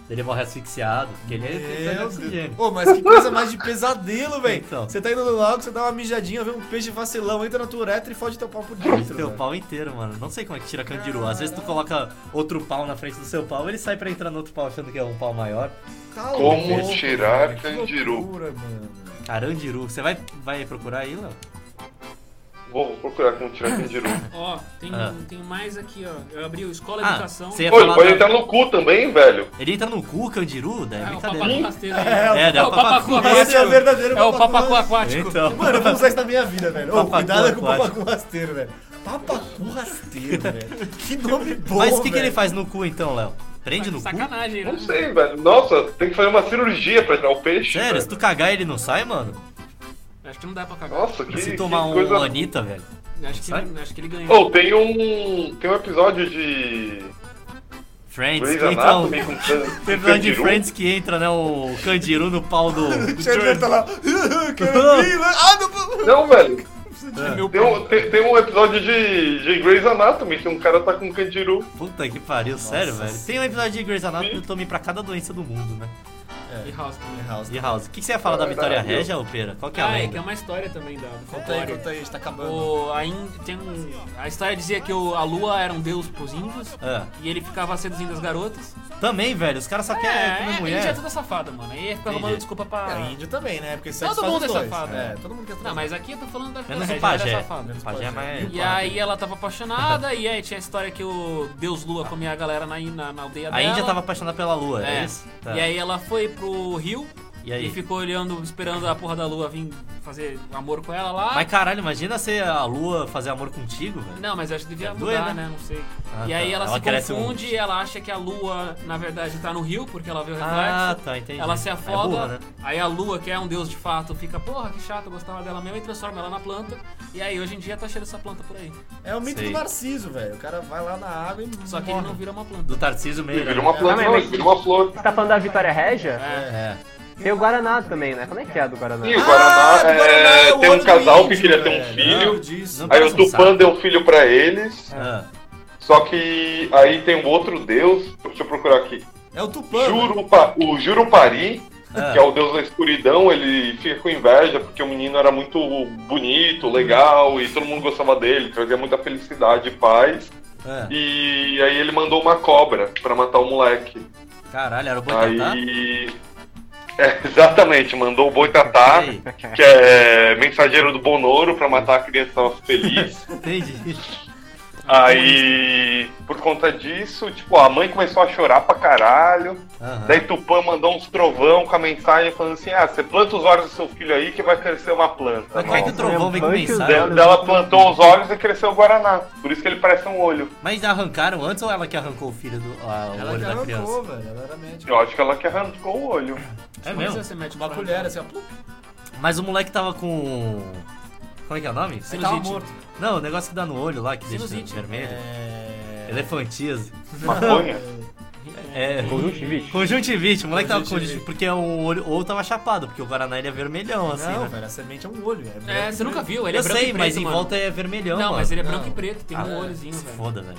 S2: Ele morre asfixiado, porque ele é
S7: Meu Deus.
S2: oxigênio.
S7: Pô, mas que coisa mais de pesadelo, velho.
S2: Então.
S7: Você tá indo no lago, você dá uma mijadinha, vê um peixe vacilão, entra na tua uretra e fode teu pau por dentro.
S2: Teu
S7: velho.
S2: pau inteiro, mano. Não sei como é que tira candiru. Às vezes tu coloca outro pau na frente do seu pau, ele sai pra entrar no outro pau achando que é um pau maior.
S7: Tá
S4: Como
S7: louco,
S4: tirar
S7: velho. Que
S4: candiru?
S7: loucura, mano.
S2: Carandiru. Você vai, vai procurar aí, Léo?
S4: Vou vou procurar um como tirar candiru.
S3: Ó, tem, um,
S2: Ah.
S3: tem mais aqui, ó. Eu abri o Escola
S2: Ah,
S3: Educação.
S2: você ia
S4: Pô, ele
S2: falar.
S4: pode
S2: da-
S4: entrar no cu também, velho.
S2: Ele entra no cu, candiru? Daí é
S3: É o papacu
S2: brincadeira.
S3: rasteiro.
S7: É,
S2: É, daí
S3: É o papacu
S7: Esse é o
S3: rasteiro.
S7: verdadeiro
S3: É o
S7: papacu
S3: papacu aquático.
S2: Então.
S7: Mano, eu vou usar isso na minha vida, velho. Ô,
S2: Papacu
S7: cuidado com o
S2: aquático.
S7: papacu rasteiro, velho. Papacu rasteiro, velho. Que nome bom,
S2: Mas o que, que
S7: velho.
S2: ele faz no cu então, Léo? Prende no cu?
S3: Sacanagem, né?
S4: Não sei, velho. Nossa, tem que fazer uma cirurgia pra tirar o peixe.
S2: Sério, se
S4: velho.
S2: tu cagar ele não sai, mano?
S3: Acho que não dá pra cagar.
S4: Nossa, que,
S2: E se
S4: que
S2: tomar um
S4: coisa...
S2: Anitta, velho?
S3: Acho que,
S2: Sai.
S3: acho que ele ganha.
S4: Ou tem um. Tem um episódio de.
S2: Friends,
S4: Grey's
S2: que entra um,
S4: Anatomy com can-
S2: Tem
S4: com
S2: episódio de
S4: candiru.
S2: Friends que entra, né? O Candiru no pau do. do
S7: Chandler tá
S2: George.
S7: lá. Quero vir, mas- Ah, não...
S4: Não, velho.
S3: Meu
S4: Tem um, tem, tem um episódio de, de Grey's Anatomy que um cara tá com candiru.
S2: Puta que pariu, sério, velho. Tem um episódio de Grey's Anatomy que eu tomei pra cada doença do mundo, né?
S3: pai de House também.
S2: E House. O que, que você ia falar da Vitória
S4: Caralho.
S2: Regia, ô Pera? Qual que é a
S3: Ah, é que é
S2: lenda?
S3: uma história também da do
S7: Conta aí,
S3: folclore.
S7: conta aí, a gente tá acabando.
S3: O, a, in- tem um- a história dizia que o- a lua era um deus pros índios
S2: Ah,
S3: e ele ficava seduzindo as garotas.
S2: também, velho, os caras só querem comer
S3: índio é
S2: mulher.
S3: toda safada, mano. Aí fica
S2: Entendi.
S3: arrumando desculpa pra.
S7: É, índio também, né? Porque sexo
S3: Todo
S7: faz
S3: mundo
S7: os
S3: é
S7: dois.
S3: safado,
S7: É,
S3: né?
S7: todo mundo quer transar.
S3: Não, mas aqui eu tô falando da
S2: Menos o
S3: Regia, ela
S2: pajé.
S3: era safada.
S2: O pajé é mais.
S3: E aí ela tava apaixonada e aí tinha a história que o deus lua comia a galera na, na, na aldeia
S2: A
S3: dela.
S2: Índia tava apaixonada pela lua, é,
S3: É.
S2: isso? Tá.
S3: E aí ela foi pro rio
S2: E
S3: e,
S2: aí?
S3: ficou olhando, esperando a porra da lua vir fazer amor com ela lá.
S2: Mas caralho, imagina se a lua fazer amor contigo, velho.
S3: Não, mas acho que devia
S2: É
S3: mudar,
S2: doido, né?
S3: né? Não sei.
S2: Ah,
S3: e
S2: tá.
S3: aí ela,
S2: Ela
S3: se
S2: cresce um-
S3: confunde, ela acha que a lua, na verdade, tá no rio, porque ela vê o
S2: Ah,
S3: reflexo.
S2: tá, entendi.
S3: ela se
S2: É
S3: afoga,
S2: burra, né?
S3: aí a lua, que é um deus de fato, fica, porra, que chato, eu gostava dela mesmo, e transforma ela na planta. E aí hoje em dia tá cheio dessa planta por aí.
S7: É o mito
S2: Sei.
S7: do Narciso, velho. O cara vai lá na água e
S3: Só que ele
S7: morre.
S3: não vira uma
S2: Do
S3: planta.
S2: Tarcísio né?
S4: Ele
S2: meio.
S4: vira uma planta,
S6: Não,
S4: não,
S6: mas-
S4: ele vira uma flor.
S6: Você tá falando da Vitória Régia?
S3: É.
S2: É.
S6: Tem o Guaraná também, né? Como é que é a do Guaraná?
S4: E o Guaraná,
S7: do Ah, Guaraná,
S4: é,
S7: é o
S4: tem
S7: olho
S4: um
S7: do
S4: casal que
S7: índio,
S4: queria ter um
S7: velho.
S4: filho.
S7: Lembro disso.
S2: Não
S4: Aí o
S2: parece um
S4: Tupã
S2: saco.
S4: deu um filho pra eles.
S2: Ah.
S4: Só que aí tem um outro deus. Deixa eu procurar aqui.
S7: É o Tupã. velho.
S4: Jurupa, o Jurupari,
S2: Ah.
S4: que é o deus da escuridão, ele fica com inveja porque o menino era muito bonito, legal e todo mundo gostava dele, trazia muita felicidade e paz.
S2: Ah.
S4: E aí ele mandou uma cobra pra matar o moleque.
S2: Caralho, era o Boitatá?
S4: Aí. É, exatamente, mandou o Boitatá,
S2: Peraí,
S4: que é mensageiro do Bonoro, pra matar a criança feliz.
S2: Entendi.
S4: Aí, por conta disso, tipo, a mãe começou a chorar pra caralho.
S2: Aham.
S4: Daí Tupã mandou uns trovão com a mensagem falando assim: ah, você planta os olhos do seu filho aí que vai crescer uma planta.
S2: Mas como é que o
S4: Nossa.
S2: trovão vem com mensagem?
S4: Daí Ela plantou os olhos e cresceu o Guaraná. Por isso que ele parece um olho.
S2: Mas arrancaram antes ou ela que arrancou o filho do a- o
S7: Ela
S2: olho
S7: que
S2: da criança?
S7: arrancou, velho. Ela era médica.
S4: Eu acho que ela que arrancou o olho.
S2: É
S3: Mas
S2: mesmo?
S3: você mete
S7: Uma
S3: pra-
S7: colher, assim, ó. plup,
S2: Mas o moleque tava com. Como é que é o nome?
S7: Aí tava
S3: Sinusite.
S7: morto.
S2: Não, o negócio que dá no olho lá, que deixa
S3: Sinusite.
S2: vermelho.
S7: É...
S2: Elefantíase.
S4: Maconha.
S2: É.
S8: Conjuntivite.
S2: Conjuntivite, o moleque tava com conjuntivite,
S1: Conjuntivite.
S2: porque o olho ou tava chapado, porque o Guaraná ele é vermelhão, assim,
S1: não,
S2: né?
S1: velho, a semente é um olho. É, branco
S3: É,
S1: e
S3: você nunca
S1: preto.
S3: viu, ele
S2: Eu
S3: é branco
S2: sei,
S3: e preto,
S2: mas em
S3: mano.
S2: volta é vermelhão,
S3: Não,
S2: mano.
S3: mas ele é
S1: Não.
S3: branco e preto, tem um
S2: Ah,
S3: olhozinho,
S2: se
S3: velho.
S2: Foda, velho.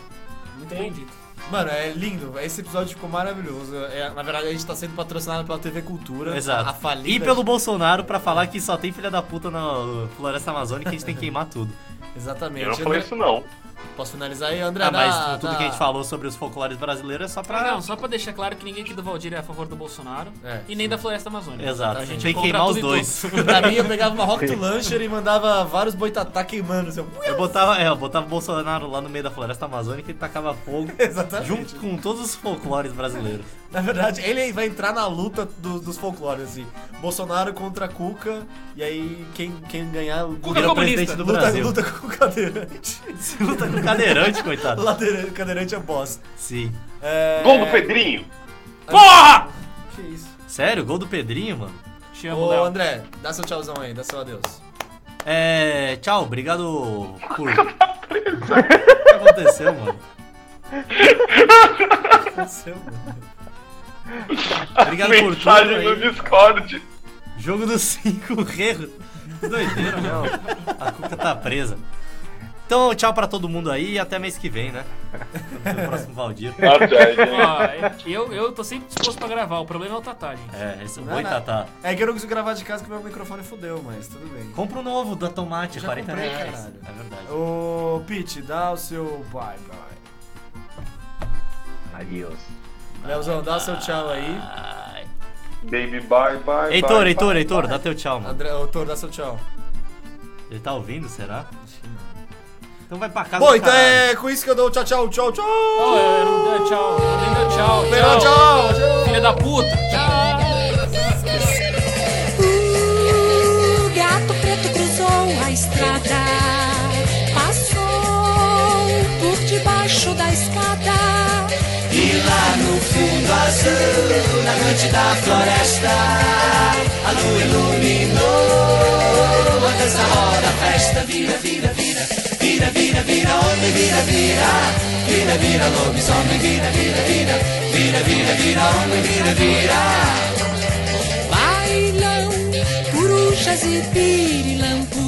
S3: Muito bem dito.
S1: Mano, é lindo. Esse episódio ficou maravilhoso. É, na verdade, a gente tá sendo patrocinado pela TV Cultura.
S2: Exato.
S1: A falida.
S2: e pelo Bolsonaro pra falar que só tem filha da puta na Floresta Amazônica e a gente tem que queimar tudo.
S1: Exatamente.
S4: Eu não falei
S1: André-
S4: isso não.
S1: Posso finalizar aí, André?
S2: Ah, mas
S1: na-
S2: tudo
S1: na-
S2: que a gente falou sobre os folclores brasileiros é só pra.
S3: Mas Ah, não, só pra deixar claro que ninguém aqui do Valdir é a favor do Bolsonaro
S1: É.
S3: e nem da Floresta Amazônica.
S2: Exato,
S3: A gente
S2: tem que
S3: contra
S2: queimar os
S3: tudo e [LAUGHS]
S2: dois.
S3: todos.
S1: Pra mim, eu pegava uma Rocket Launcher e mandava vários boitatá queimando. Assim, ó.
S2: Eu botava, é, eu botava o Bolsonaro lá no meio da Floresta Amazônica e tacava fogo
S1: [LAUGHS] Exatamente.
S2: junto com todos os folclores brasileiros.
S1: Na verdade, ele vai entrar na luta do- dos folclores, assim. Bolsonaro contra Cuca, e aí quem, quem ganhar...
S3: Cuca
S1: luta,
S2: Vira
S3: comunista.
S2: é presidente do
S1: luta,
S2: Brasil.
S1: luta com o cadeirante. [LAUGHS]
S2: Luta com cadeirante, coitado.
S1: Ladeira- cadeirante é boss.
S2: Sim.
S1: É...
S4: Gol do Pedrinho!
S3: Porra!
S1: Que isso?
S2: Sério, gol do Pedrinho, mano?
S3: Te amo,
S1: Ô,
S3: Léo.
S1: André, dá seu tchauzão aí, dá seu adeus.
S2: É. Tchau, obrigado por. O que aconteceu, mano? Obrigado por tudo.
S4: Mensagem no
S2: Aí. [LAUGHS]
S4: Discord.
S2: Jogo dos [LAUGHS] 5 erros. Que doideira, não. A Cuca tá presa. Então, tchau pra todo mundo aí e até mês que vem, né? No próximo Valdir.
S4: Até, gente.
S3: Ó, é, eu, eu tô sempre disposto pra gravar, o problema é o Tatá, gente.
S2: É, esse
S1: Não,
S2: boi
S1: não.
S2: Tatá.
S1: É que eu não consigo gravar de casa que meu microfone fudeu, mas tudo bem.
S2: Compra um novo da Tomate,
S1: Já
S2: 40
S1: comprei,
S2: reais.
S1: caralho.
S2: É verdade.
S1: Ô, Pete, dá o seu bye bye.
S8: Adiós.
S2: Ah,
S1: Leozão, dá o seu tchau aí.
S4: Baby, bye, bye.
S2: Heitor,
S4: bye,
S2: Heitor,
S4: bye.
S2: Heitor, dá teu tchau, mano.
S1: André, ô, Toro, dá seu tchau.
S2: Ele tá ouvindo, será? Então vai pra casa.
S1: Bom,
S2: do
S1: então
S2: caralho.
S1: é com isso que eu dou tchau, tchau, tchau, tchau.
S3: Ó, eu não dou um tchau, eu nem dou tchau,
S1: Melhor tchau,
S3: tchau.
S1: tchau.
S3: Filha da puta.
S9: O gato preto cruzou a estrada, passou por debaixo da escada. E lá no fundo azul, na noite da floresta, a lua iluminou a dança, roda, a festa, vira, vira, vira, vira, vira, vira, homem, vira, vira, vira, vira, lobisomem, vira, vira, vira, vira, vira, vira, homem, vira, vira. Bailão, corujas e pirilampo